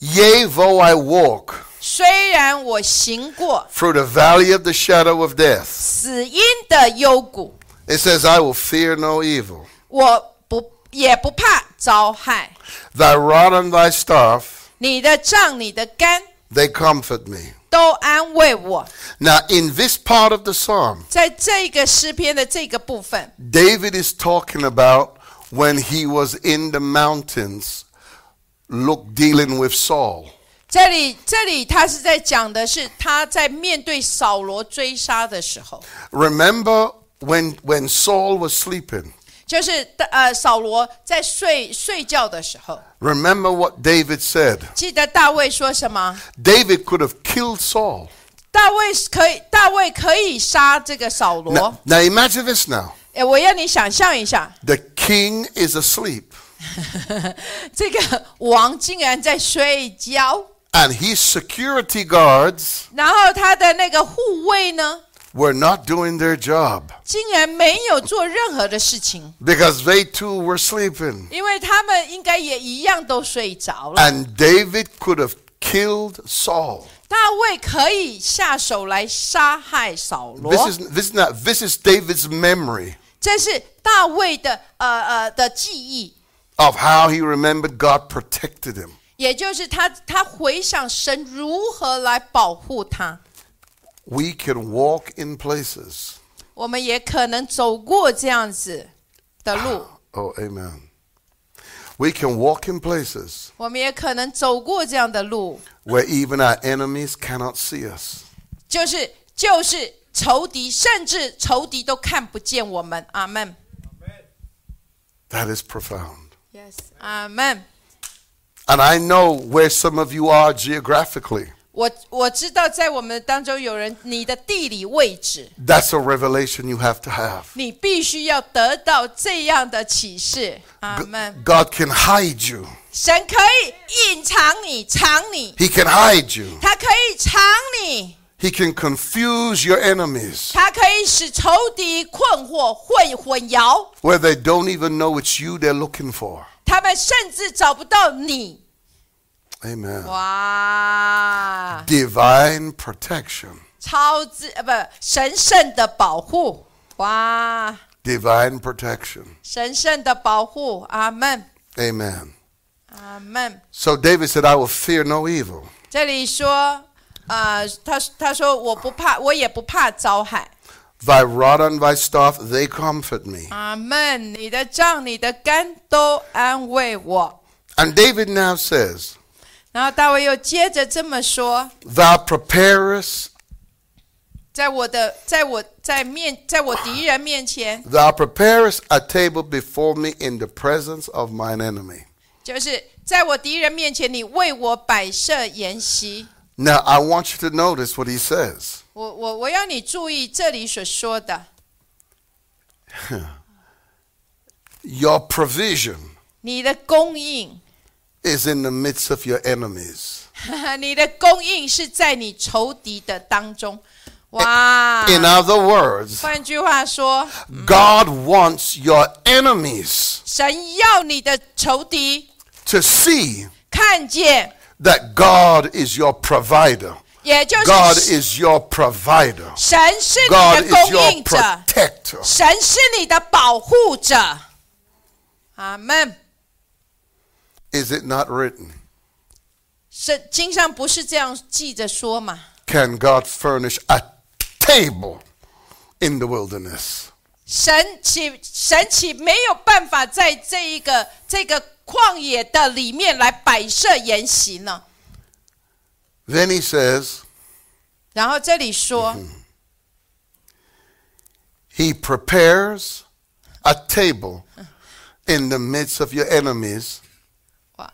Speaker 1: Yea, though I walk
Speaker 2: 虽然我行过
Speaker 1: through the valley of the shadow of death,
Speaker 2: 死荫的幽谷，
Speaker 1: it says, I will fear no evil.
Speaker 2: 我不也不怕遭害。
Speaker 1: Thy rod and thy staff,
Speaker 2: 你的杖，你的竿
Speaker 1: they comfort me.
Speaker 2: 都安慰我。
Speaker 1: Now, in this part of the psalm,
Speaker 2: 在这个诗篇的这个部分，
Speaker 1: David is talking about when he was in the mountains, look, dealing with Saul.
Speaker 2: 这里这里他是在讲的是他在面对扫罗追杀的时候，
Speaker 1: Remember when when Saul was sleeping?
Speaker 2: 就是呃扫罗在睡睡觉的时候，
Speaker 1: Remember what David said.
Speaker 2: 记得大卫说什么？
Speaker 1: David could have killed Saul.
Speaker 2: 大卫可以，大卫可以杀这个扫罗
Speaker 1: Now,。now imagine this now.
Speaker 2: 诶我要你想象一下，
Speaker 1: The king is asleep
Speaker 2: 这个 王竟然在睡觉，
Speaker 1: and his security guards
Speaker 2: 然后他的那个护卫呢，
Speaker 1: were not doing their job
Speaker 2: 竟然没有做任何的事情。
Speaker 1: because they too were sleeping.
Speaker 2: 因为他们应该也一样都睡着了。
Speaker 1: And David could have killed Saul.
Speaker 2: 大卫可以下手来杀害扫
Speaker 1: This
Speaker 2: 罗，
Speaker 1: is this is not this is David's memory
Speaker 2: 这是大卫的呃呃的记忆，
Speaker 1: of how he remembered God protected him.
Speaker 2: 也就是他他回想神如何来保护他。
Speaker 1: We can walk in places.
Speaker 2: 我们也可能走过这样子的路，
Speaker 1: Oh, amen. We can walk in places
Speaker 2: 我们也可能走过这样的路，
Speaker 1: where even our enemies cannot see us.
Speaker 2: 就是就是仇敌，甚至仇敌都看不见我们。阿门。
Speaker 1: That is profound.
Speaker 2: Yes，阿门。
Speaker 1: And I know where some of you are geographically.
Speaker 2: 我我知道，在我们当中有人，你的地理位置，
Speaker 1: That's a revelation you have to have.
Speaker 2: 你必须要得到这样的启示。阿
Speaker 1: G-
Speaker 2: 门。
Speaker 1: God can hide you.
Speaker 2: 神可以隐藏你，藏你，
Speaker 1: He can hide you.
Speaker 2: 他可以藏你，
Speaker 1: He can confuse your enemies
Speaker 2: 他可以使仇敌困惑、混混淆，
Speaker 1: where they don't even know it's you they're looking for.
Speaker 2: 他们甚至找不到你。
Speaker 1: Amen.
Speaker 2: 哇，
Speaker 1: Divine protection.
Speaker 2: 超自呃不神圣的保护，哇，
Speaker 1: Divine protection.
Speaker 2: 神圣的保护。阿门，
Speaker 1: Amen.
Speaker 2: 阿门。
Speaker 1: So David said, I will fear no evil.
Speaker 2: 这里说，呃，他他说我不怕，我也不怕遭害。
Speaker 1: Thy rod and thy staff, they comfort me.
Speaker 2: 阿门，你的杖、你的竿都安慰我。
Speaker 1: And David now says,
Speaker 2: 然后大卫又接着这么说：
Speaker 1: Thou preparest,
Speaker 2: 在我的，在我在面，在我敌人面前，
Speaker 1: thou preparest a table before me in the presence of mine enemy.
Speaker 2: 就是在我敌人面前，你为我摆设筵席。
Speaker 1: Now I want you to notice what he says.
Speaker 2: 我我我要你注意这里所说的，
Speaker 1: Your provision
Speaker 2: 你的供应，
Speaker 1: is in the midst of your enemies.
Speaker 2: 你的供应是在你仇敌的当中。哇！
Speaker 1: In other words,
Speaker 2: 换句话说，
Speaker 1: God wants your enemies
Speaker 2: 神要你的仇敌
Speaker 1: to see
Speaker 2: 看见，
Speaker 1: that God is your provider.
Speaker 2: 也就
Speaker 1: God
Speaker 2: 是
Speaker 1: is your provider.
Speaker 2: 神是你
Speaker 1: God
Speaker 2: 的
Speaker 1: is
Speaker 2: 供
Speaker 1: your
Speaker 2: 应者，
Speaker 1: protector.
Speaker 2: 神是你的保护者。阿门。
Speaker 1: Is it not written?
Speaker 2: 圣经上不是这样记着说嘛？
Speaker 1: Can God furnish a table in the wilderness?
Speaker 2: 神岂神岂没有办法在这一个这个旷野的里面来摆设筵席呢？
Speaker 1: Then he says,
Speaker 2: 然后这里说，
Speaker 1: 嗯 He prepares a table in the midst of your enemies
Speaker 2: 哇，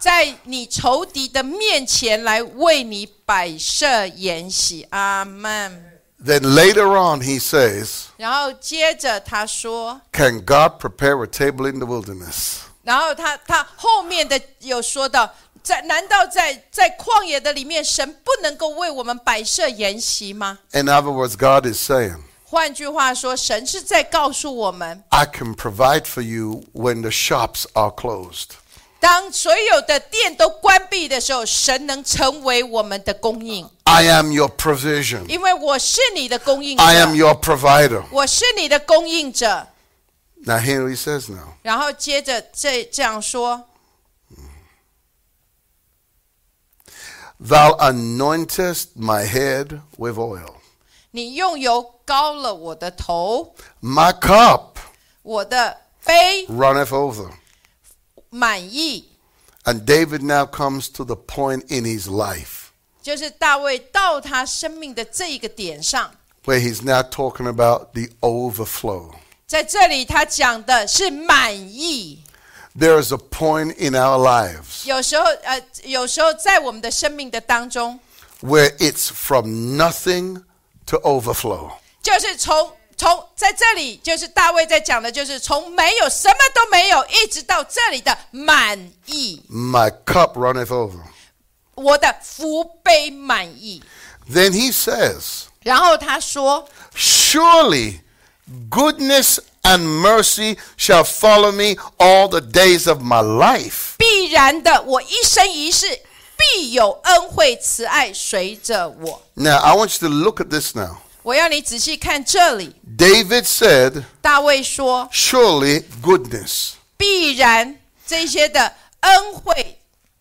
Speaker 2: 在你仇敌的面前来为你摆设筵席，阿门。
Speaker 1: Then later on, he says,
Speaker 2: 然后接着他说，
Speaker 1: Can God prepare a table in the wilderness?
Speaker 2: 然后他他后面的有说到，在难道在在旷野的里面，神不能够为我们摆设筵席吗？
Speaker 1: In other words, God is saying,
Speaker 2: 换句话说，神是在告诉我们，
Speaker 1: I can provide for you when the shops are closed.
Speaker 2: 当所有的店都关闭的时候，神能成为我们的供应，
Speaker 1: I am your provision.
Speaker 2: 因为我是你的供应
Speaker 1: I am
Speaker 2: 者，
Speaker 1: your provider.
Speaker 2: 我是你的供应者。
Speaker 1: Now, here he says now.
Speaker 2: 然后接着这这样说，
Speaker 1: Thou anointest my head with oil.
Speaker 2: 你用油膏了我的头，
Speaker 1: My cup
Speaker 2: 我的杯
Speaker 1: runneth over.
Speaker 2: 满意。
Speaker 1: And David now comes to the point in his life
Speaker 2: 就是大卫到他生命的这一个点上，
Speaker 1: where he's now talking about the overflow.
Speaker 2: 在这里他讲的是满意。
Speaker 1: There is a point in our lives
Speaker 2: 有时候，呃，有时候在我们的生命的当中，
Speaker 1: where it's from nothing to overflow.
Speaker 2: 就是从从在这里，就是大卫在讲的，就是从没有什么都没有，一直到这里的满意，
Speaker 1: My cup runneth over.
Speaker 2: 我的福杯满意。
Speaker 1: Then he says,
Speaker 2: 然后他说，
Speaker 1: Surely goodness and mercy shall follow me all the days of my life,
Speaker 2: 必然的，我一生一世必有恩惠慈爱随着我。
Speaker 1: Now, I want you to look at this now.
Speaker 2: 我要你仔细看这里，
Speaker 1: David said,
Speaker 2: 大卫说。
Speaker 1: Surely goodness.
Speaker 2: 必然这些的恩惠，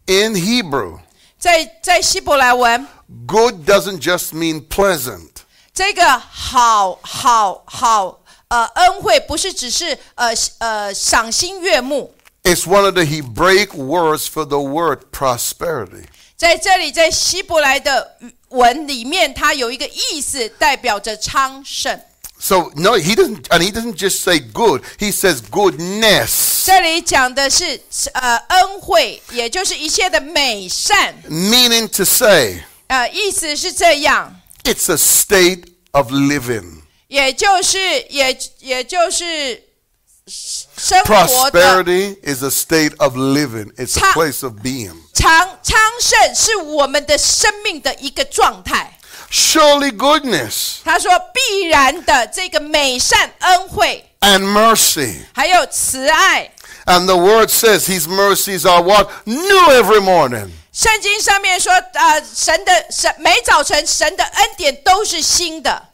Speaker 1: In Hebrew,
Speaker 2: 在在希伯来文，
Speaker 1: good doesn't just mean pleasant,
Speaker 2: 这个好好好，呃，恩惠不是只是呃呃赏心悦目，
Speaker 1: it's one of the Hebraic words for the word prosperity.
Speaker 2: 在这里在希伯来的文里面，它有一个意思，代表着昌盛。
Speaker 1: So, no, he doesn't, and he doesn't just say good, he says goodness,
Speaker 2: 这里讲的是呃恩惠，也就是一切的美善，
Speaker 1: meaning to say
Speaker 2: 呃，意思是这样，
Speaker 1: it's a state of living.
Speaker 2: 也就是也也就是生活的
Speaker 1: Prosperity is a state of living, it's a
Speaker 2: Ta-
Speaker 1: place of being.
Speaker 2: 昌昌盛是我们的生命的一个状态。
Speaker 1: Surely goodness
Speaker 2: 他说，必然的这个美善恩惠，
Speaker 1: and mercy.
Speaker 2: 还有慈爱，
Speaker 1: And the word says his mercies are what? New every morning.
Speaker 2: 圣经上面说，呃，神的神每早晨神的恩典都是新的。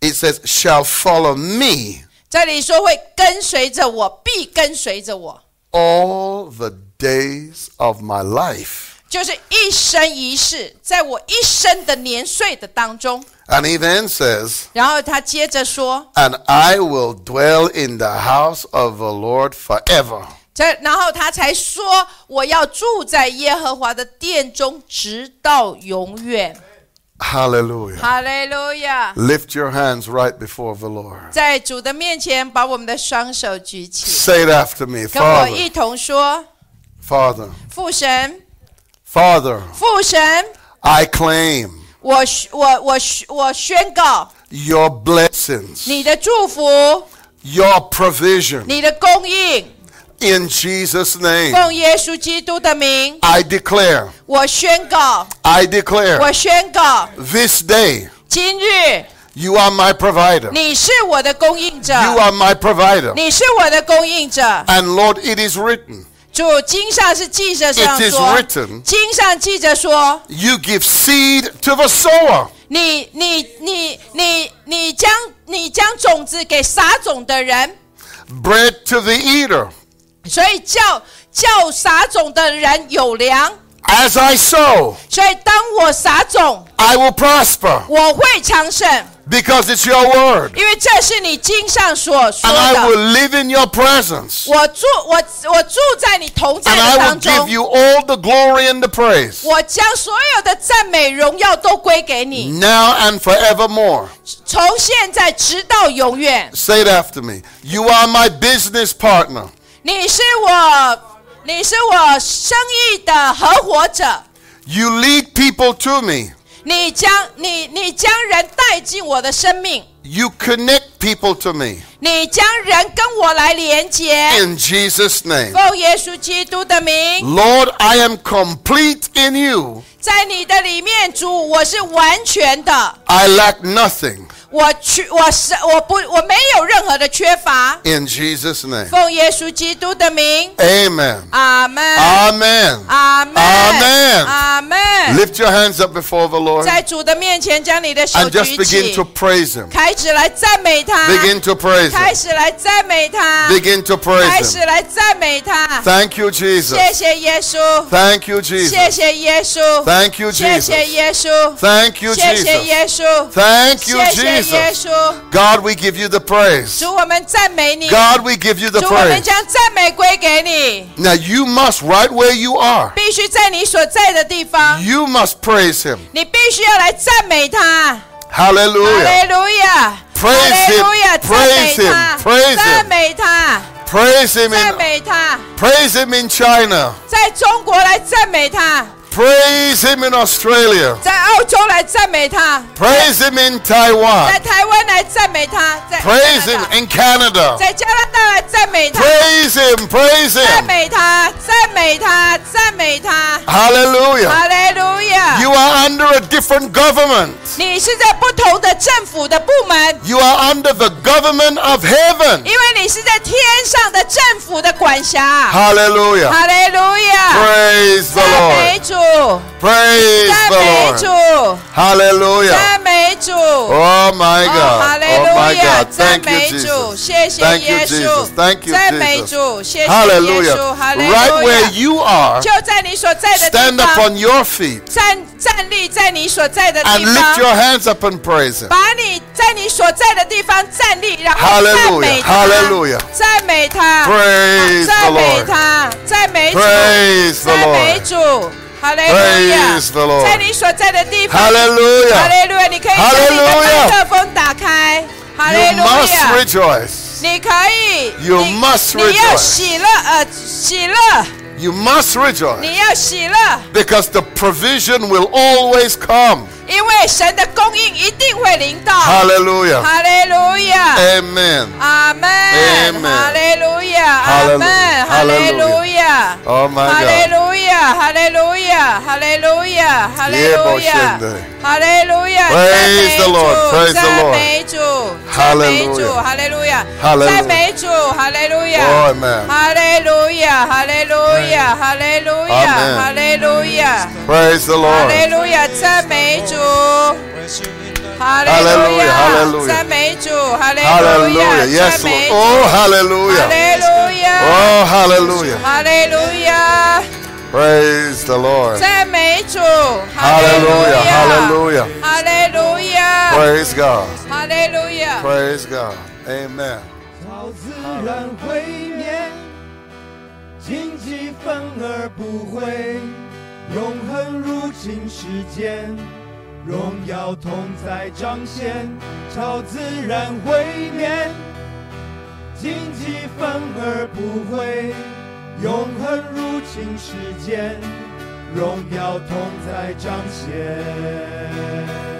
Speaker 1: It says, shall follow me
Speaker 2: 这里说会跟随着我，必跟随着我，
Speaker 1: all the days of my life.
Speaker 2: 就是一生一世，在我一生的年岁的当中。
Speaker 1: And he then says,
Speaker 2: 然后他接着说，
Speaker 1: and I will dwell in the house of the Lord forever.
Speaker 2: 这然后他才说，我要住在耶和华的殿中，直到永远。
Speaker 1: Hallelujah.
Speaker 2: 哈利路亚！
Speaker 1: Lift your hands right before the Lord.
Speaker 2: 在主的面前，把我们的双手举起，
Speaker 1: Say it after me,
Speaker 2: 跟我
Speaker 1: Father.
Speaker 2: 一同说：
Speaker 1: Father,
Speaker 2: 父神，
Speaker 1: Father,
Speaker 2: 父神，
Speaker 1: I claim
Speaker 2: 我我我我宣告
Speaker 1: your blessings,
Speaker 2: 你的祝福，
Speaker 1: your provision
Speaker 2: 你的供应，
Speaker 1: in Jesus' name.
Speaker 2: 奉耶稣基督的名，
Speaker 1: I declare,
Speaker 2: 我宣告，
Speaker 1: I declare
Speaker 2: 我宣告，
Speaker 1: this day
Speaker 2: 今日
Speaker 1: you are my provider.
Speaker 2: 你是我的供应者，
Speaker 1: You are my provider.
Speaker 2: 你是我的供应者。
Speaker 1: And Lord, it is written,
Speaker 2: 主经上是记着这样
Speaker 1: It is
Speaker 2: 说
Speaker 1: written.，
Speaker 2: 经上记着说，
Speaker 1: you give seed to the sower
Speaker 2: 你你你你你将你将种子给撒种的人，
Speaker 1: bread to the eater.
Speaker 2: 所以叫叫撒种的人有粮。
Speaker 1: As I sow,
Speaker 2: 所以当我撒种，
Speaker 1: I will prosper
Speaker 2: 我会昌盛，
Speaker 1: because it's your word.
Speaker 2: 因为这是你经上所说
Speaker 1: And I
Speaker 2: 的。
Speaker 1: will live in your presence.
Speaker 2: 我住我我住在你同在
Speaker 1: And
Speaker 2: 的
Speaker 1: I will
Speaker 2: 当
Speaker 1: give
Speaker 2: 中，
Speaker 1: you all the glory and the praise
Speaker 2: 我将所有的赞美荣耀都归给你，
Speaker 1: now and forevermore.
Speaker 2: 从现在直到永远。
Speaker 1: Say it after me. You are my business partner.
Speaker 2: 你是我你是我生意的合伙者，
Speaker 1: You lead people to me.
Speaker 2: 你将你你将人带进我的生命，
Speaker 1: You connect people to me.
Speaker 2: 你将人跟我来连接。
Speaker 1: In Jesus' name.
Speaker 2: 奉耶稣基督的名，
Speaker 1: Lord, I am complete in you.
Speaker 2: 在你的里面，主，我是完全的，
Speaker 1: I lack nothing.
Speaker 2: 我缺我是我不我没有任何的缺乏。
Speaker 1: In Jesus' name.
Speaker 2: 奉耶稣基督的名，
Speaker 1: Amen.
Speaker 2: 阿门，
Speaker 1: Amen.
Speaker 2: 阿门，
Speaker 1: Amen
Speaker 2: 阿门。
Speaker 1: Lift your hands up before the Lord
Speaker 2: 在主的面前，将你的手
Speaker 1: and just
Speaker 2: 举
Speaker 1: begin
Speaker 2: 起
Speaker 1: to，praise Him.
Speaker 2: 开始来赞美他，
Speaker 1: Begin to praise
Speaker 2: 开
Speaker 1: Him.
Speaker 2: 始来赞美他，
Speaker 1: Begin to
Speaker 2: 开
Speaker 1: praise
Speaker 2: 始
Speaker 1: Him.
Speaker 2: 来赞美他。
Speaker 1: Thank you, Jesus.
Speaker 2: 谢谢耶稣，
Speaker 1: Thank you,
Speaker 2: 谢
Speaker 1: Jesus.
Speaker 2: 谢耶稣，
Speaker 1: Thank you,
Speaker 2: 谢谢
Speaker 1: Jesus.
Speaker 2: 耶稣，
Speaker 1: Thank you,
Speaker 2: 谢谢
Speaker 1: Jesus.
Speaker 2: 耶稣，
Speaker 1: Thank you,
Speaker 2: 谢谢耶
Speaker 1: Jesus.
Speaker 2: 稣。
Speaker 1: God, we give you the praise.
Speaker 2: 主，我们赞美你，主，
Speaker 1: God, we give you the
Speaker 2: 我们
Speaker 1: praise.
Speaker 2: 将赞美归给你。
Speaker 1: Now you must, right where you are,
Speaker 2: 必须在你所在的地方，
Speaker 1: you must praise Him.
Speaker 2: 你必须要来赞美他。哈
Speaker 1: Hallelujah.
Speaker 2: 利路亚，
Speaker 1: Praise
Speaker 2: 哈利
Speaker 1: him.
Speaker 2: 路亚，赞美
Speaker 1: Praise him.
Speaker 2: 他，
Speaker 1: Praise him.
Speaker 2: 赞美他，
Speaker 1: Praise Him
Speaker 2: 赞
Speaker 1: in
Speaker 2: 美他，
Speaker 1: praise Him in China.
Speaker 2: 在中国来赞美他，
Speaker 1: Praise Him in Australia.
Speaker 2: 在澳洲来赞美
Speaker 1: 啊
Speaker 2: 他，
Speaker 1: Praise Him in Taiwan.
Speaker 2: 在台湾来赞美他，在
Speaker 1: Praise Him
Speaker 2: 加拿大
Speaker 1: in Canada.
Speaker 2: 在加拿大来赞美他，
Speaker 1: Praise Him. Praise
Speaker 2: 赞
Speaker 1: Him.
Speaker 2: 美他，赞美他，赞美他，
Speaker 1: Hallelujah.
Speaker 2: 哈利路亚！
Speaker 1: You are under a different government.
Speaker 2: 你是在不同的政府的部门。
Speaker 1: You are under the government of heaven.
Speaker 2: 因为你是在天上的政府的管辖。
Speaker 1: Hallelujah.
Speaker 2: 哈利路亚，
Speaker 1: Praise the
Speaker 2: 赞美
Speaker 1: Lord.
Speaker 2: 主，
Speaker 1: Praise
Speaker 2: 赞
Speaker 1: the
Speaker 2: 美
Speaker 1: Lord.
Speaker 2: 主，
Speaker 1: Hallelujah.
Speaker 2: 赞美主。
Speaker 1: Oh my
Speaker 2: 哦，哈
Speaker 1: God.
Speaker 2: 利
Speaker 1: Oh my
Speaker 2: 路亚！
Speaker 1: God.
Speaker 2: 赞
Speaker 1: Thank
Speaker 2: 美
Speaker 1: you,
Speaker 2: 主，
Speaker 1: Jesus.
Speaker 2: 谢谢
Speaker 1: Thank you,
Speaker 2: 耶
Speaker 1: Jesus.
Speaker 2: 稣，
Speaker 1: Thank you,
Speaker 2: 赞美
Speaker 1: Jesus.
Speaker 2: 主，谢谢耶
Speaker 1: Hallelujah.
Speaker 2: 稣，哈利
Speaker 1: Right
Speaker 2: 路
Speaker 1: where
Speaker 2: 亚！
Speaker 1: you are,
Speaker 2: 就在你所在的地
Speaker 1: stand
Speaker 2: 方，
Speaker 1: upon your feet
Speaker 2: 站站立在你所在的
Speaker 1: and
Speaker 2: 地
Speaker 1: lift
Speaker 2: 方，
Speaker 1: your hands up and praise Him.
Speaker 2: 把你在你所在的地方站立，然后赞
Speaker 1: Hallelujah.
Speaker 2: 美他，
Speaker 1: Hallelujah.
Speaker 2: 赞美他。
Speaker 1: Praise
Speaker 2: 赞
Speaker 1: the
Speaker 2: 美
Speaker 1: Lord.
Speaker 2: 他，赞美主，
Speaker 1: Praise the
Speaker 2: 赞美
Speaker 1: Lord.
Speaker 2: 主，哈利路亚
Speaker 1: Praise the Lord.，
Speaker 2: 在你所在的地方，哈
Speaker 1: Hallelujah.
Speaker 2: 利路亚，你可以将你的
Speaker 1: Hallelujah.
Speaker 2: 麦克风打开，哈利
Speaker 1: You
Speaker 2: 路
Speaker 1: must
Speaker 2: 亚，
Speaker 1: rejoice.
Speaker 2: 你可以，
Speaker 1: You
Speaker 2: 你
Speaker 1: must
Speaker 2: 你要
Speaker 1: rejoice.
Speaker 2: 喜乐，呃，喜乐，
Speaker 1: You must rejoice
Speaker 2: 你要喜乐，
Speaker 1: because the provision will always come.
Speaker 2: 因为神的供应一定会临到，
Speaker 1: Hallelujah.
Speaker 2: 哈利路亚。
Speaker 1: Amen.
Speaker 2: 阿门，
Speaker 1: Amen
Speaker 2: 哈利路亚，阿门，哈利
Speaker 1: Hallelujah
Speaker 2: 路亚，
Speaker 1: Oh my God
Speaker 2: 哈利路亚，哈利路亚，哈利路亚，哈利路亚
Speaker 1: Yeboshende，
Speaker 2: 哈利路亚，
Speaker 1: Praise the Lord，praise the
Speaker 2: 赞
Speaker 1: Lord
Speaker 2: 美主，赞美主，
Speaker 1: Hallelujah
Speaker 2: 哈利路亚，
Speaker 1: Hallelujah
Speaker 2: 赞美主，哈利路亚，
Speaker 1: Oh, amen
Speaker 2: 哈利路亚，哈利路亚，哈利路亚，
Speaker 1: Amen
Speaker 2: 哈利路亚，
Speaker 1: Praise the
Speaker 2: 哈
Speaker 1: Lord.
Speaker 2: 利路亚，赞美主。哈利
Speaker 1: Hallelujah,
Speaker 2: 路
Speaker 1: hallelujah
Speaker 2: 亚，赞美主，哈利路
Speaker 1: Hallelujah.
Speaker 2: 亚，
Speaker 1: Yes,
Speaker 2: 赞
Speaker 1: Lord.
Speaker 2: 美主。
Speaker 1: Oh, hallelujah.
Speaker 2: 哈利路亚，
Speaker 1: Oh, hallelujah.
Speaker 2: 哈利路亚，
Speaker 1: Praise the Lord.
Speaker 2: 赞美主，哈利路
Speaker 1: Hallelujah.
Speaker 2: 亚，
Speaker 1: Hallelujah.
Speaker 2: 哈利路亚，
Speaker 1: Praise God.
Speaker 2: 哈利路亚。
Speaker 1: Praise God. Amen.
Speaker 3: 超自然毁灭，荆棘反而不会，永恒入侵世间，荣耀同在彰显，超自然毁灭，荆棘反而不会，永恒入侵世间，荣耀同在彰显。